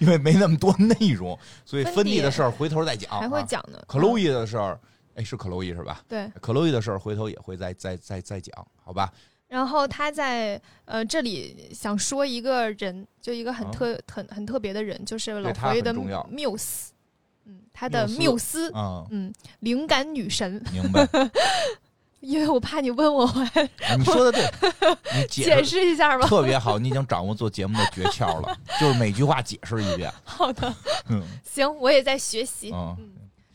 因为没那么多内容。所以
芬
芬迪
迪
的事儿回头再讲、啊，
还会讲呢，嗯
克洛伊的事儿，哎，是克洛伊是吧？
对。
克洛伊的事儿回头也会再再再再讲，好吧？
然后他在呃这里想说一个人，就一个很特、很很特别的人，就是老
啊对他
佛爷的
很重要
缪斯，嗯，他的
缪
缪斯，
嗯，
嗯，灵感女神。
明 白。
因为我怕你问我，我还
啊你说的对，你
解
解释
释一下吧。
特别好，你已经掌握做节目的诀 窍了，就是每句话解释一遍。
好的，
嗯
行，我也在学习。
嗯，
嗯，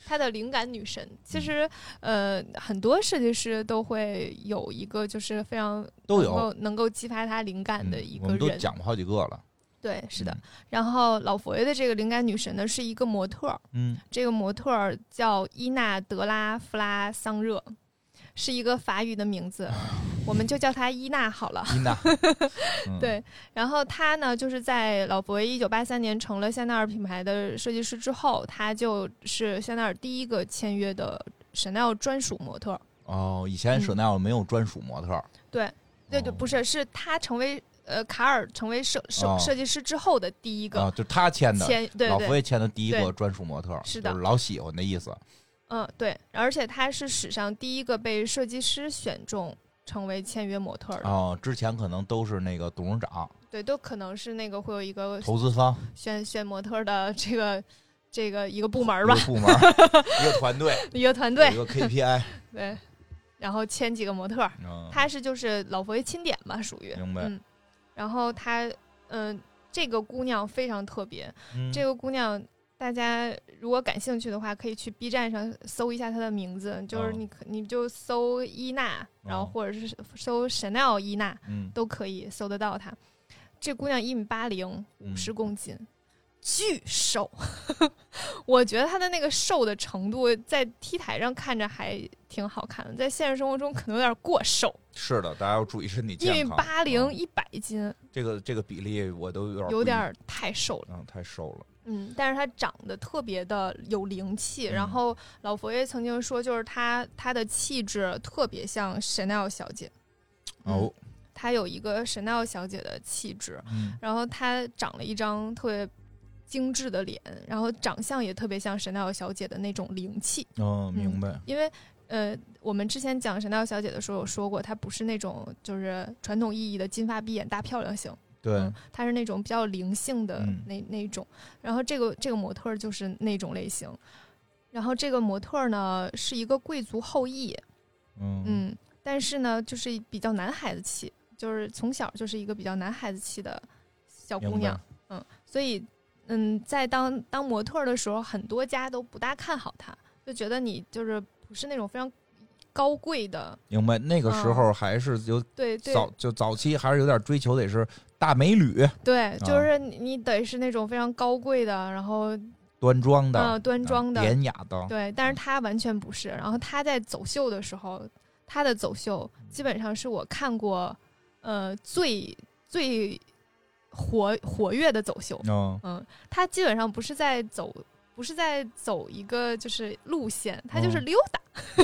她的灵感女神，其实呃，很多设计师都会有一个就是非常
都
能
有。
够能够激发他灵感
嗯
的一
我
个
们都
人。
讲过好几个了。
对，是的
嗯。
然后老佛爷的这个灵感女神呢，是一个模特儿，
嗯，
这个模特儿叫伊娜德拉弗拉桑热，是一个法语的名字，我们就叫她伊娜好了。
伊娜， 嗯，
对，然后他呢，就是在老佛爷一九八三年成了香奈儿品牌的设计师之后，他就是香奈儿第一个签约的 Chanel 专属模特儿。
哦，以前
嗯
Chanel 没有专属模特儿，
对，对对，
哦
不是，是他成为呃卡尔成为设设
哦
设计师之后的第一
啊，
个
就他签的，
签，对
老佛
对，
爷签的第一个
对
专属模特儿，
是的
就是老喜欢的意思。
嗯对，而且他是史上第一个被设计师选中成为签约模特儿的，
哦，之前可能都是那个董事长、
对，都可能是那个会有一个
投资方
选选模特儿的这个这个一个部门
一
儿
个
吧，
部门儿，一个团队，
一个团队
一，个 KPI。
对，然后签几个模特儿，
嗯，
他是就是老佛爷钦点吧，属于。
明白
嗯。然后他，嗯、这个姑娘非常特别，
嗯
这个姑娘。大家如果感兴趣的话，可以去 B 站上搜一下她的名字，就是
哦
你可你就搜伊娜，然后
哦
或者是搜 Chanel 伊娜
嗯
都可以搜得到她。这姑娘一米八零，
嗯
五十公斤，巨瘦。 我觉得她的那个瘦的程度，在 T 台上看着还挺好看的，在现实生活中可能有点过瘦，
是的，大家要注意身体
一米
健康。
八零
嗯
一百斤，
这个这个比例我都有点
有
不一
点儿太瘦了。
嗯太瘦了，
嗯，但是她长得特别的有灵气。然
嗯
后老佛爷曾经说，就是她她的气质特别像 Chanel 小姐，嗯
哦，
她有一个 Chanel 小姐的气质。
嗯
然后她长了一张特别精致的脸，然后长相也特别像 Chanel 小姐的那种灵气。
嗯，明白，
因为呃，我们之前讲 Chanel 小姐的时候有说过，她不是那种就是传统意义的金发碧眼大漂亮型。
对
嗯，，她是那种比较灵性的
嗯
那、那一种。然后这个这个模特儿就是那种类型。然后这个模特儿呢是一个贵族后裔，
嗯
嗯，但是呢就是比较男孩子气，就是从小就是一个比较男孩子气的小姑
明白
娘，嗯，所以嗯，在当当模特儿的时候，很多家都不大看好她，就觉得你就是不是那种非常高贵的，
明白？那个时候还是有
对嗯对
早就早期还是有点追求，得是大美女
对，就
啊
是你你得是那种非常高贵的，然后
端庄的、啊嗯
呃端庄的，
典雅的，
对，但是她完全不是。然后她在走秀的时候，她的走秀基本上是我看过，呃，最最活活跃的走秀。
嗯，
嗯，她基本上不是在走，不是在走一个就是路线，她就是
嗯
溜达。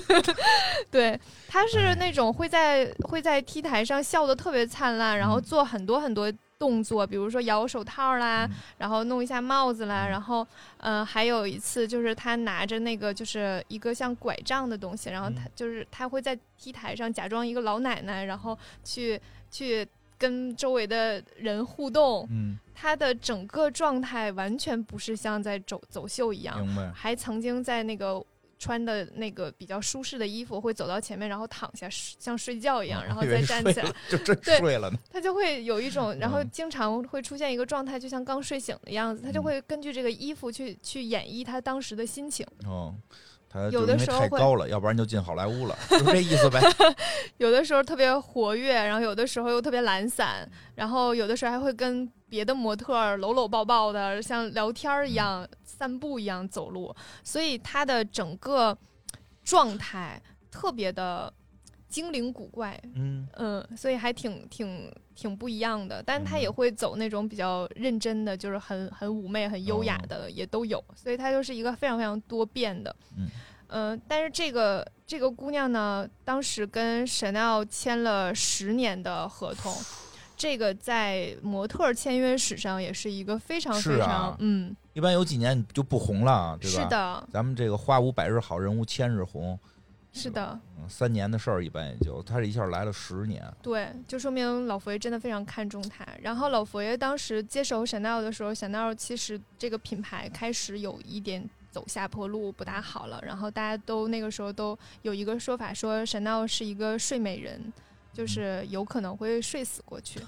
对，她是
哎
那种会在会在 T 台上笑得特别灿烂，然后
嗯
做很多很多动作，比如说摇手套啦，
嗯
然后弄一下帽子啦，
嗯
然后嗯、呃还有一次就是他拿着那个就是一个像拐杖的东西，然后他
嗯
就是他会在 T 台上假装一个老奶奶，然后去去跟周围的人互动，
嗯，
他的整个状态完全不是像在走走秀一样，
明白。
还曾经在那个。穿的那个比较舒适的衣服，会走到前面，然后躺下，像睡觉一样，然后
哦我以为
再
你
站
睡
起来
了。，就真
对
睡了呢。
他就会有一种，然后
嗯
经常会出现一个状态，就像刚睡醒的样子。他就
嗯
会根据这个衣服去去演绎他当时的心情。
哦，他
有
就
的
因为
时候
太
会
高了，要不然就进好莱坞了，就这意 思呗。
有的时候特别活跃，然后有的时候又特别懒散，然后有的时候还会跟别的模特儿搂搂抱抱的，像聊天儿一样、散步一样走路。所以他的整个状态特别的精灵古怪，
嗯，
嗯，所以还挺挺挺不一样的，但是他也
嗯
会走那种比较认真的，就是很很妩媚、很优雅的、也都有，所以他就是一个非常非常多变的。
嗯
呃，但是这个这个姑娘呢，当时跟 Chanel 签了十年的合同，这个在模特儿签约史上也是一个非常
是
非常、
啊
嗯，
一般有几年你就不红了，啊对吧？
是。的，
咱们这个花无百日好，人无千日红，
是的，
嗯三年的事儿一般也就他这一下来了十年，
对，就说明老佛爷真的非常看重他。然后老佛爷当时接手 Chanel 的时候，Chanel 其实这个品牌开始有一点走下坡路，不大好了。然后大家都那个时候都有一个说法，说 Chanel 是一个睡美人，
嗯
就是有可能会睡死过 去。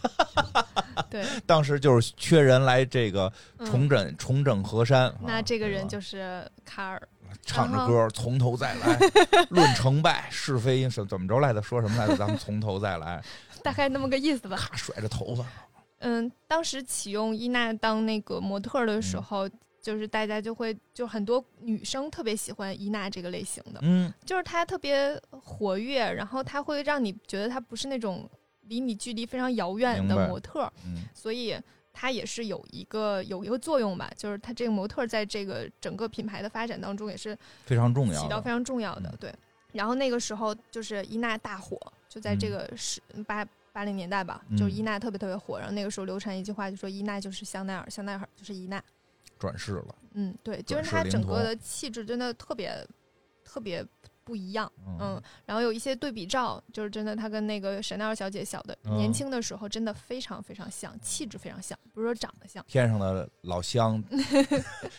对，
当时就是缺人来这个重
嗯，
整、重整河山。
那
啊
这个
对
人
吧
就是卡尔。
唱着
然后
歌从头再来，论成败是非是怎么着来的，说什么来着？咱们从头再来，
大概那么个意思吧。
咔甩着头发，
嗯，当时启用伊娜当那个模特儿的
嗯
时候，就是大家就会就很多女生特别喜欢伊娜这个类型的，
嗯，
就是她特别活跃，然后她会让你觉得她不是那种离你距离非常遥远
明
的
白
模特儿，
嗯
所以她也是有一个有一个作用吧，就是她这个模特儿在这个整个品牌的发展当中也是
非常重要
起到
的。
非常重要的
嗯
对。然后那个时候就是伊娜大火，就在这
嗯
个十八八零年代吧，
嗯
就是伊娜特别特别火。然后那个时候流传一句话，就说伊娜就是香奈儿，香奈儿就是伊娜。
转世了，
嗯，对，就
转
是
世
她
灵
整
童
个的气质真的特别特别不一样。嗯
嗯，，
然后有一些对比照，就是真的，她跟那个沈奈尔小姐小的、
嗯
年轻的时候，真的非常非常像，气质非常像，不是说长得像。
天上的老乡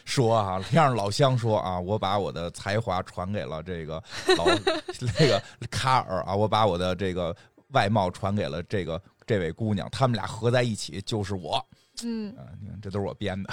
说啊， 天上老乡说啊，我把我的才华传给了这个老 那个卡尔啊，我把我的这个外貌传给了这个这位姑娘，他们俩合在一起就是我
嗯，
啊！你看，这都是我编的。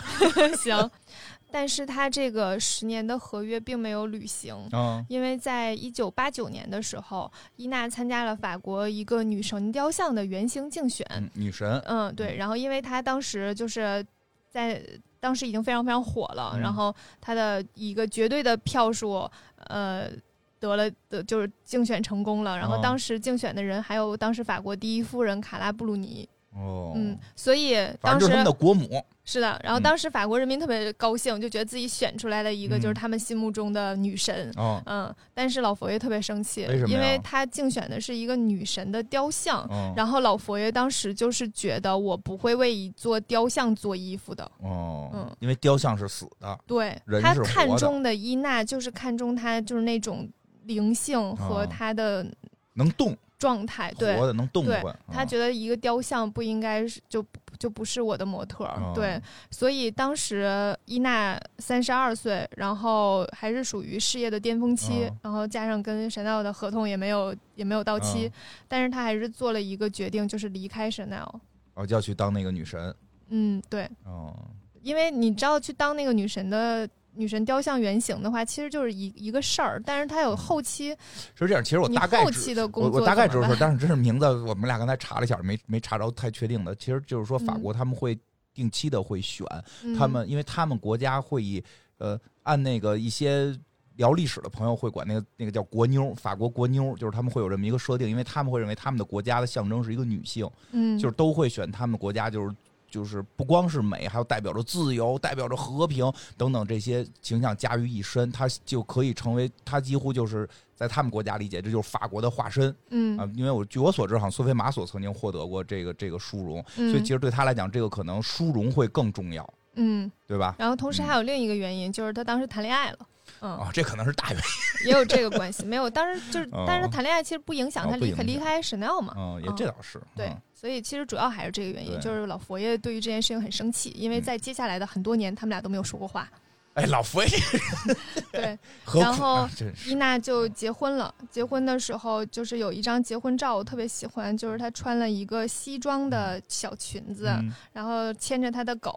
行。 但是她这个十年的合约并没有履行，
嗯
因为在一九八九年的时候，伊娜参加了法国一个女神雕像的原型竞选。
嗯，女神，
嗯，对。然后，因为她当时就是在当时已经非常非常火了，
嗯
然后她的一个绝对的票数，呃。得了的就是竞选成功了，然后
哦
当时竞选的人还有当时法国第一夫人卡拉布鲁尼，
哦，
嗯，所以
反
当
正就
时
是他们的国母，
是的，然后
嗯
当时法国人民特别高兴，就觉得自己选出来了一个
嗯
就是他们心目中的女神，
哦，
嗯，但是老佛爷特别生气，
为什么呀
因为他竞选的是一个女神的雕像，
哦，
然后老佛爷当时就是觉得我不会为一座雕像做衣服的。
哦，
嗯
因为雕像是死的，
对
人
他
是活的
看中的伊娜就是看中她就是那种灵性和
哦
她的
能动，
状态，对
活的能动
对
换，
他觉得一个雕像不应该是就就不是我的模特儿，
哦
对，所以当时伊娜三十二岁，然后还是属于事业的巅峰期，
哦
然后加上跟神奈尔的合同也没有也没有到期，
哦
但是他还是做了一个决定，就是离开神奈尔。
哦，就要去当那个女神，
嗯，对，
哦，
因为你知道去当那个女神的女神雕像原型的话，其实就是一一个事儿，但是它有后期，
是这样，其嗯实我
你
大概
后
知
期的
我
工作
我大概知
怎
道
么
说，
办
但是这 是名字，我们俩刚才查了一下，没没查着太确定的。其实就是说，法
嗯
国他们会定期的会选、
嗯
他们，因为他们国家会以呃按那个一些聊历史的朋友会管那个那个叫国妞，法国国妞，就是他们会有这么一个设定，因为他们会认为他们的国家的象征是一个女性，
嗯
就是都会选他们国家就是。就是不光是美，还有代表着自由、代表着和平等等这些形象加于一身，它就可以成为它几乎就是在他们国家理解，这就是法国的化身。
嗯
啊，因为我据我所知，好像苏菲玛索曾经获得过这个这个殊荣，
嗯
所以其实对她来讲，这个可能殊荣会更重要，
嗯，
对吧？
然后同时还有另一个原因，就是他当时谈恋爱了，嗯，
啊，这可能是大原因，
也有这个关系。没有，当时就是
哦，
但是他谈恋爱其实不影响
哦
他
不
离
影
开
响
离开 Chanel 嘛，
嗯，也这倒是，
对
嗯，
所以其实主要还是这个原因，
对
就是老佛爷对于这件事情很生气，因为
嗯
在接下来的很多年，他们俩都没有说过话。
哎，老佛爷
对，
何
然
苦
后
啊？真
伊
是，
娜就结婚了。结婚的时候，就是有一张结婚照，我特别喜欢，就是她穿了一个西装的小裙子，
嗯
然后牵着她的狗，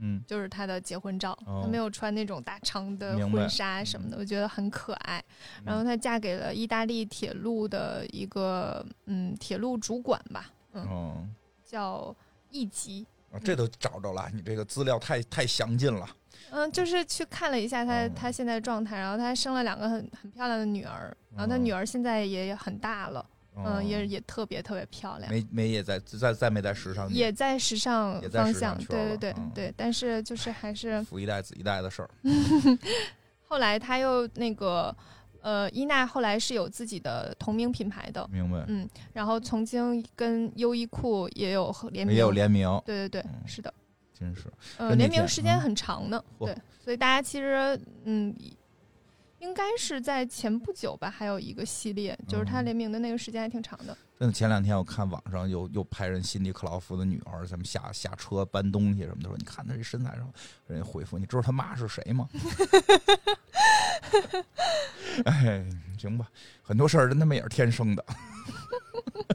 嗯，
就是她的结婚照。
哦
她没有穿那种大长的
明白
婚纱什么的，我觉得很可爱。
嗯
然后她嫁给了意大利铁路的一个嗯铁路主管吧，嗯，
哦，
叫易吉。
啊这都找着了，你这个资料太太详尽了，
嗯，就是去看了一下她
哦
她现在的状态，然后她生了两个很很漂亮的女儿，然后她
哦
女儿现在也很大了。
哦
嗯，也也特别特别漂亮，
没没也在在在没在时尚界
也在时尚
也在
方
时尚
向，
圈
对
了
对对、
嗯
对。但是就是还是
富一代子一代的事儿，
后来他又那个呃，伊娜后来是有自己的同名品牌的，
明白？
嗯，然后曾经跟优衣库也有合联名，
也有联名，
对对对，
嗯
是的，
真是
呃，
真的
联名
天
时间
嗯
很长呢，
嚯
对，所以大家其实嗯。应该是在前不久吧，还有一个系列，就是它
嗯
联名的那个时间还挺长的。
真的，前两天我看网上又又拍人辛迪克劳夫的女儿，什么下下车搬东西什么的，说你看她这身材上，人家回复你知道他妈是谁吗？哎，行吧，很多事儿真他妈也是天生的，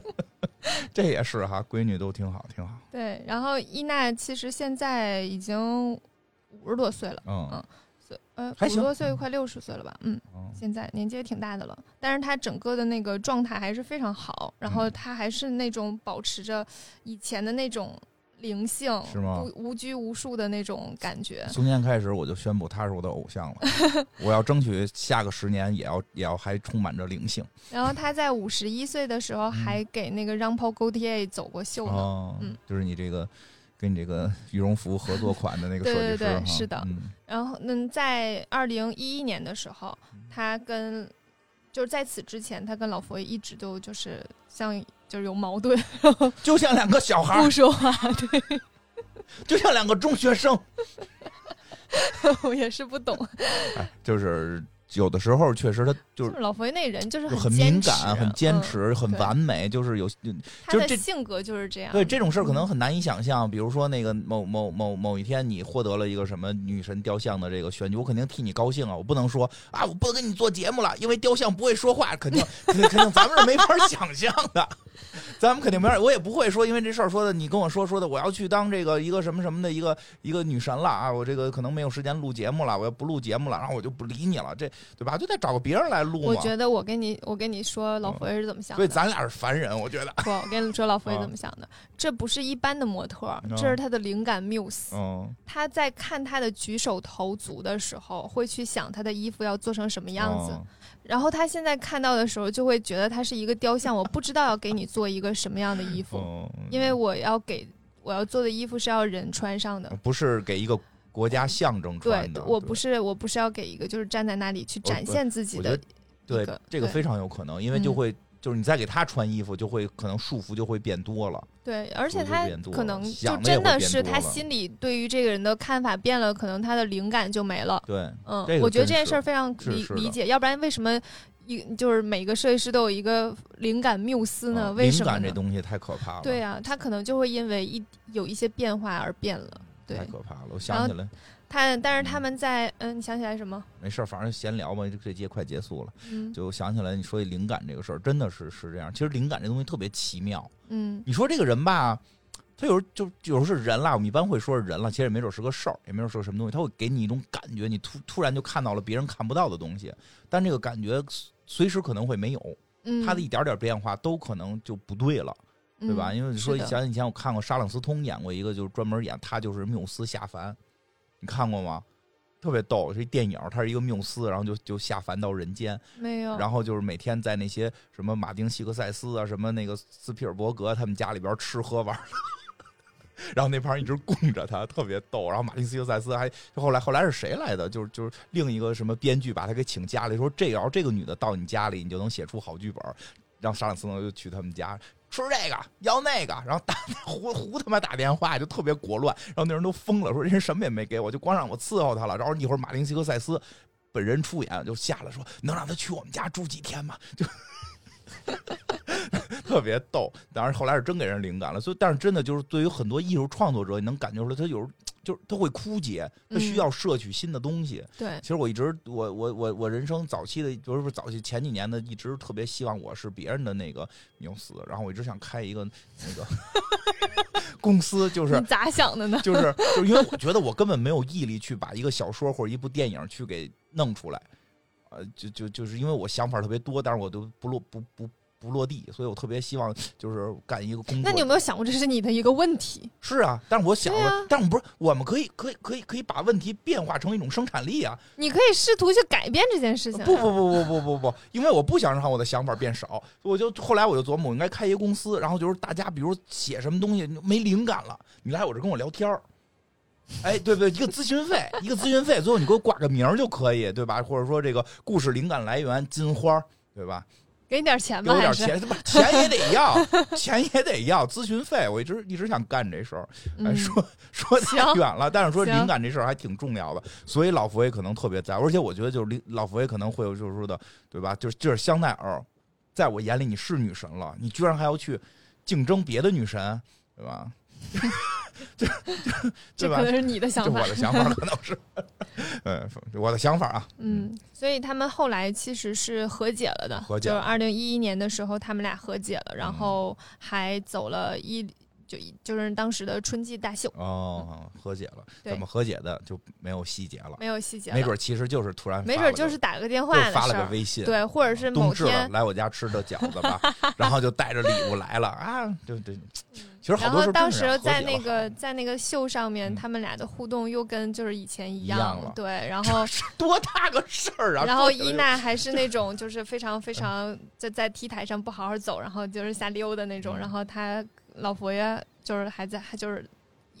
这也是哈，闺女都挺好，挺好，
对，然后伊娜其实现在已经五十多岁了。
嗯
嗯岁呃，
还
五十
行
多岁，快六十岁了吧？嗯，
嗯
现在年纪也挺大的了，但是他整个的那个状态还是非常好，然后
嗯
他还是那种保持着以前的那种灵性，
是吗
不无拘无束的那种感觉。
从今天开始，我就宣布她是我的偶像了，我要争取下个十年也要也要还充满着灵性
然后他在五十一岁的时候还给那个让 a n Paul Gaultier 走过秀呢。
嗯哦
嗯，
就是你这个跟你这个羽绒服合作款的那个设计
对对
师，
对
哈
是的
嗯
然后，嗯，在二零一一年的时候，
嗯
他跟就是在此之前，他跟老佛爷一直都就是像就是有矛盾，
就像两个小孩
不
儿，
说话。对，
就像两个中学生。
我也是不懂。
哎，就是有的时候确实他
就
就
是是老佛爷那人就是
就很
坚
敏
持
感、很坚，
嗯
持、很
对
完美，就是有
他
就是
的
这
性格就是这样。
对这种事儿可能很难以想象。比如说那个某某某某一天你获得了一个什么女神雕像的这个选举，我肯定替你高兴啊！我不能说啊，我不能跟你做节目了，因为雕像不会说话，肯定肯定肯定咱们是没法想象的。咱们肯定没法，我也不会说，因为这事儿说的，你跟我说说的，我要去当这个一个什么什么的一个一个女神了啊！我这个可能没有时间录节目了，我要不录节目了，然后我就不理你了，这对吧？就得找个别人来录嘛。
我觉得我跟你我跟你说，老佛爷是怎么想
嗯所以
的。
咱俩是凡人，我觉得。
不，我跟你说，老佛爷
啊
怎么想的？这不是一般的模特儿，
嗯
这是他的灵感 muse。
嗯，
他在看他的举手投足的时候，会去想他的衣服要做成什么样
嗯
子。然后他现在看到的时候，就会觉得他是一个雕像，我不知道要给你做一个什么样的衣服，
嗯，
因为我要给我要做的衣服是要人穿上的。
不是给一个国家象征
对
穿的。，
我不
是
是我不是要给一个就是站在那里去展现自己
我觉
的
得，对
一个
这个
对
非常有可能，因为就
嗯
会、就是你再给他穿衣服，就会可能束缚就会变多了。
对，而且
就
他
变多
可
了
能就
想的也
真
会
的
变
是
多
他
了
心里对于这个人的看法变了，可能他的灵感就没了。
对，
嗯
这，个
我觉得这
真
件事儿
是
非常
是
理
是的
理解，要不然为什么一就是每个设计师都有一个灵感缪斯呢？
嗯
为
灵
什么
感这
呢？
东西太可怕了。
对啊，他可能就会因为一有一些变化而变了。对
太可怕了，我
然
想
后
起来，
他，但是他们在嗯，你想起来什么？
没事儿，反正闲聊嘛，这这节快结束了，
嗯
就想起来你说起灵感这个事儿，真的是是这样。其实灵感这东西特别奇妙，
嗯
你说这个人吧，它有时候就有时候是人啦，我们一般会说是人了，其实也没准是个事儿，也没准是个什么东西，它会给你一种感觉，你突突然就看到了别人看不到的东西，但这个感觉随时可能会没有，
嗯，
它的一点点变化都可能就不对了，对吧？
嗯
因为你说
是的
想以前我看过沙朗斯通演过一个，就是专门演他就是缪斯下凡，你看过吗？特别逗，是一电影，他是一个缪斯，然后就就下凡到人间，
没有，
然后就是每天在那些什么马丁·西克塞斯啊，什么那个斯皮尔伯格他们家里边吃喝玩乐，然后那帮人一直供着他，特别逗。然后马丁·西克塞斯还后来后来是谁来的？就是就是另一个什么编剧把他给请家里，说这要是这个女的到你家里，你就能写出好剧本。让沙朗斯诺就去他们家。吃这个要那个，然后打 胡胡他妈打电话就特别国乱，然后那人都疯了，说人什么也没给我，就光让我伺候他了。然后一会儿马丁·西克塞斯本人出演就下来说：“能让他去我们家住几天吗？”就 特别逗。当然后来是真给人灵感了，所以但是真的就是对于很多艺术创作者，你能感觉出来，他有时候就是他会枯竭，他需要摄取新的东西。
对，
其实我一直，我我我我人生早期的，不是不是早期前几年的，一直特别希望我是别人的那个缪斯，然后我一直想开一个那个 公司，就是
你咋想的呢？
就是就是因为我觉得我根本没有毅力去把一个小说或者一部电影去给弄出来，呃，就就就是因为我想法特别多，但是我都不落不不不落地，所以我特别希望就是干一个工作。
那你有没有想过这是你的一个问题？
是啊，但是我想
对
了，
啊
但我们不是我们可以可以可以可以把问题变化成一种生产力啊！
你可以试图去改变这件事情。啊
不不，不不不不不，因为我不想让我的想法变少，我就后来我就琢磨，我应该开一个公司，然后就是大家比如写什么东西没灵感了，你来我这跟我聊天儿。哎，对不对？一个咨询费，一个咨询费，最后你给我挂个名儿就可以，对吧？或者说这个故事灵感来源金花儿，对吧？
给你点钱
给
吧，
我点
还是
钱，哎不钱也得要，钱也得要，咨询费，我一直一直想干这事儿。哎，
嗯
说说太
行
远了，但是说
行
灵感这事儿还挺重要的，所以老佛爷可能特别在乎，而且我觉得就是灵老佛爷可能会有就是说的，对吧？就是就是香奈儿，在我眼里你是女神了，你居然还要去竞争别的女神，对吧？
这
对吧
可能是你的
这
想
我
法。
的想法 可能是，嗯，我的想法啊，
嗯，所以他们后来其实是和解了的，
和解
就是
了嗯
二零一一年的时候，他们俩和解了，然后还走了一就一就是当时的春季大秀，
哦，和解了，
嗯对
怎么和解的就没有细节了，
没有细节了，
没准儿其实就是突然发了
没
个，
准就是打个电
就
话的
发了
事
个
儿，
微信，
对，或者是
冬
某
至了
天，
来我家吃的饺子吧， 然后就带着礼物来了啊，对对，其实
嗯
好
然后
多时候真
当
是这
时
样
在
和解
那
了
个在那个秀上面，
嗯
他们俩的互动又跟就是以前一
一样了
对，然后
多大个事儿啊！
然后
说起来
伊
就
娜还是那种就是非常非常就在 T 台上不好好走，然后就是瞎溜达那种。
嗯
然后她老佛爷就是还在，还就是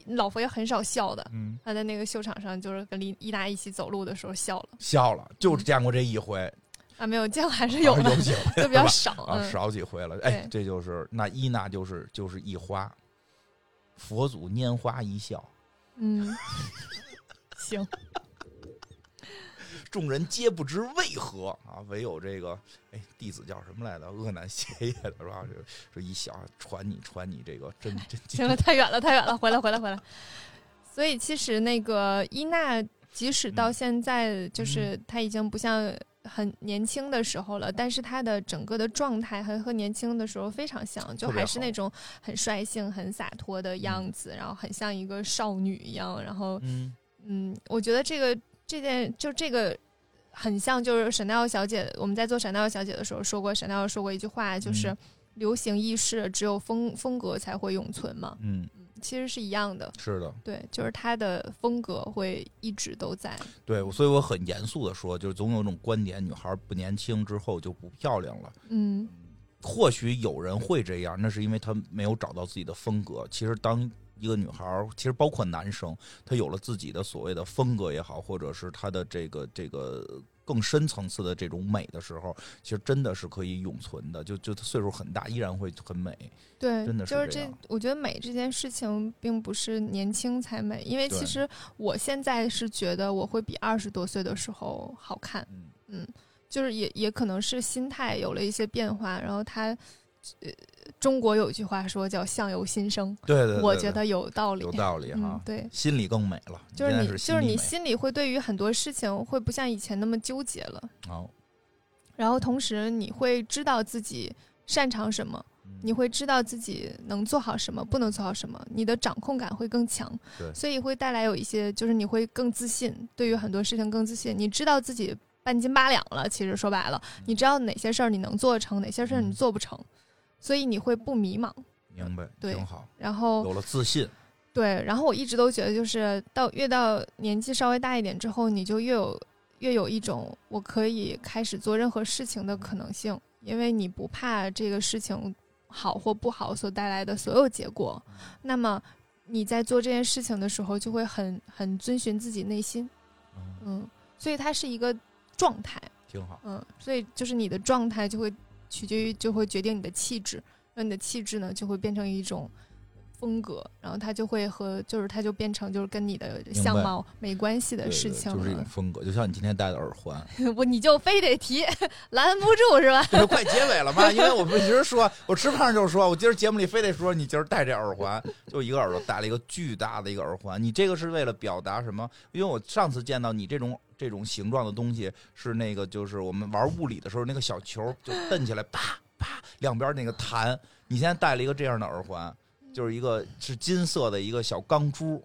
老佛爷很少笑的。
嗯
他在那个秀场上，就是跟伊伊娜一起走路的时候笑了
笑了，
嗯
就见过这 一回，
啊，没有见过还是有
啊
的，
有几回
就比较
了
少。
吧啊，
嗯
少几回了。哎
对，
这就是那伊娜就是就是一花，佛祖拈花一笑，
嗯， 行，
众人皆不知为何啊，唯有这个哎弟子叫什么来的？鄂南邪业的是吧？这这一想传你传你这个 真真
行了，太远了，太远了，回来，回来，回来。所以其实那个伊娜，即使到
嗯
现在，就是她已经不像很年轻的时候了，但是她的整个的状态还和年轻的时候非常像，就
特别
还是
好
那种很率性、很洒脱的样子，然后很像一个少女一样。然后，
嗯
嗯，我觉得这个这件就这个。很像，就是沈奈奥小姐，我们在做沈奈奥小姐的时候说过，沈奈奥说过一句话，就是
嗯
“流行易逝，只有风风格才会永存”嘛。
嗯，
其实是一样的，
是的。
对，就是他的风格会一直都在。
对，所以我很严肃的说，就是总有一种观点，女孩不年轻之后就不漂亮了。
嗯
或许有人会这样，那是因为她没有找到自己的风格。其实当一个女孩儿，其实包括男生，他有了自己的所谓的风格也好，或者是他的这个这个更深层次的这种美的时候，其实真的是可以永存的。就就她岁数很大，依然会很美。，
对，
真的是
就是
这
这
样。
我觉得美这件事情并不是年轻才美，因为
对
其实我现在是觉得我会比二十多岁的时候好看，
嗯，
就是也也可能是心态有了一些变化。然后他，呃，中国有一句话说叫“相由心生
对对”，对
我
对
觉得有道理。
有道理
嗯
哈，，
对，
心里更美了。
就是
你
你
现
就是
在心里
你
美
心里会对于很多事情会不像以前那么纠结了。
好，
然后同时你会知道自己擅长什么，
嗯
你会知道自己能做好什么，不能做好什么，你的掌控感会更强
对，
所以会带来有一些，就是你会更自信，对于很多事情更自信，你知道自己半斤八两了。其实说白了，你知道哪些事儿你能做得成，哪些事儿你做不成，所以你会不迷茫。
明白，
对哦
挺好，
然后
有了自信，
对，然后我一直都觉得，就是到越到年纪稍微大一点之后，你就越有越有一种我可以开始做任何事情的可能性，因为你不怕这个事情好或不好所带来的所有结果。那么你在做这件事情的时候，就会很很遵循自己内心，
嗯，
嗯，所以它是一个状态，
挺好，
嗯，所以就是你的状态就会取决于，就会决定你的气质，那你的气质呢就会变成一种风格，然后它就会和就是它就变成就是跟你的
白
相貌没关系
对
的事
对
情
就是一种
了。
风格，就像你今天戴的耳 环，
我你就非得提，拦不住是吧？
就是快结尾了嘛，因为我们一直说，我吃饭就是说，我今儿节目里非得说你今儿戴这耳环， 就一个耳朵戴了一个巨大的一个耳环，你这个是为了表达什么？因为我上次见到你这种这种形状的东西是那个，就是我们玩物理的时候那个小球就蹬起来，啪啪两边那个弹，你现在戴了一个这样的耳环，就是一个是金色的一个小钢珠，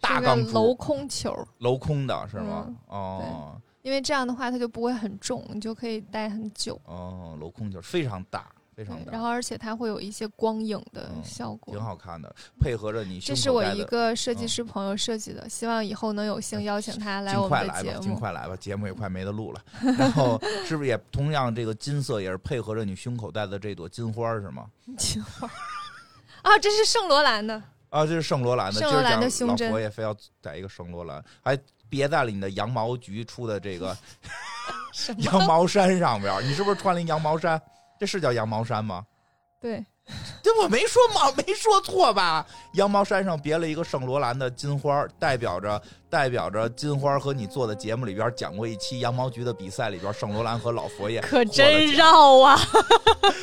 大
是个
钢
镂
珠
空球，
镂空的是吗？哦
因为这样的话它就不会很重，你就可以戴很久。
哦，镂空球非常大，非常
对，
大
然。后而且它会有一些光影的
嗯
效果，
挺好看的，配合着你
这
胸
是
口
我
戴的。
一个设计
嗯哎
师朋友设计的，希望以后能有幸邀请他来
尽
我
快
们的
来
节
吧，尽
目。
快来吧，节目也快没得录了。然后是不是也同样这个金色也是配合着你胸口戴的这朵金花儿是吗？
金花儿 啊，这是圣罗兰的，
啊，这是圣罗兰的，
圣罗兰的
今儿讲
胸针
老佛爷非要戴一个圣罗兰，还别在了你的羊毛局出的这个
什么？
羊毛衫上边儿。你是不是穿了一羊毛衫？这是叫羊毛衫吗？
对，
这我没说毛，没说错吧？羊毛衫上别了一个圣罗兰的金花儿，代表着代表着金花儿和你做的节目里边儿讲过一期羊毛局的比赛里边儿，圣罗兰和老佛爷
可
获了
真
奖
绕啊！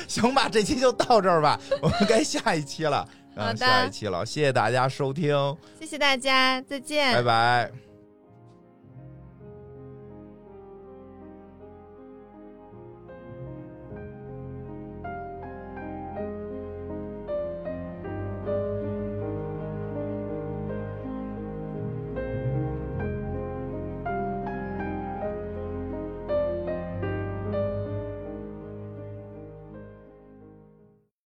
行吧，这期就到这儿吧，我们该下一期了，
好
嗯，
的
下一期了，谢谢大家收听，
谢谢大家，再见，
拜拜。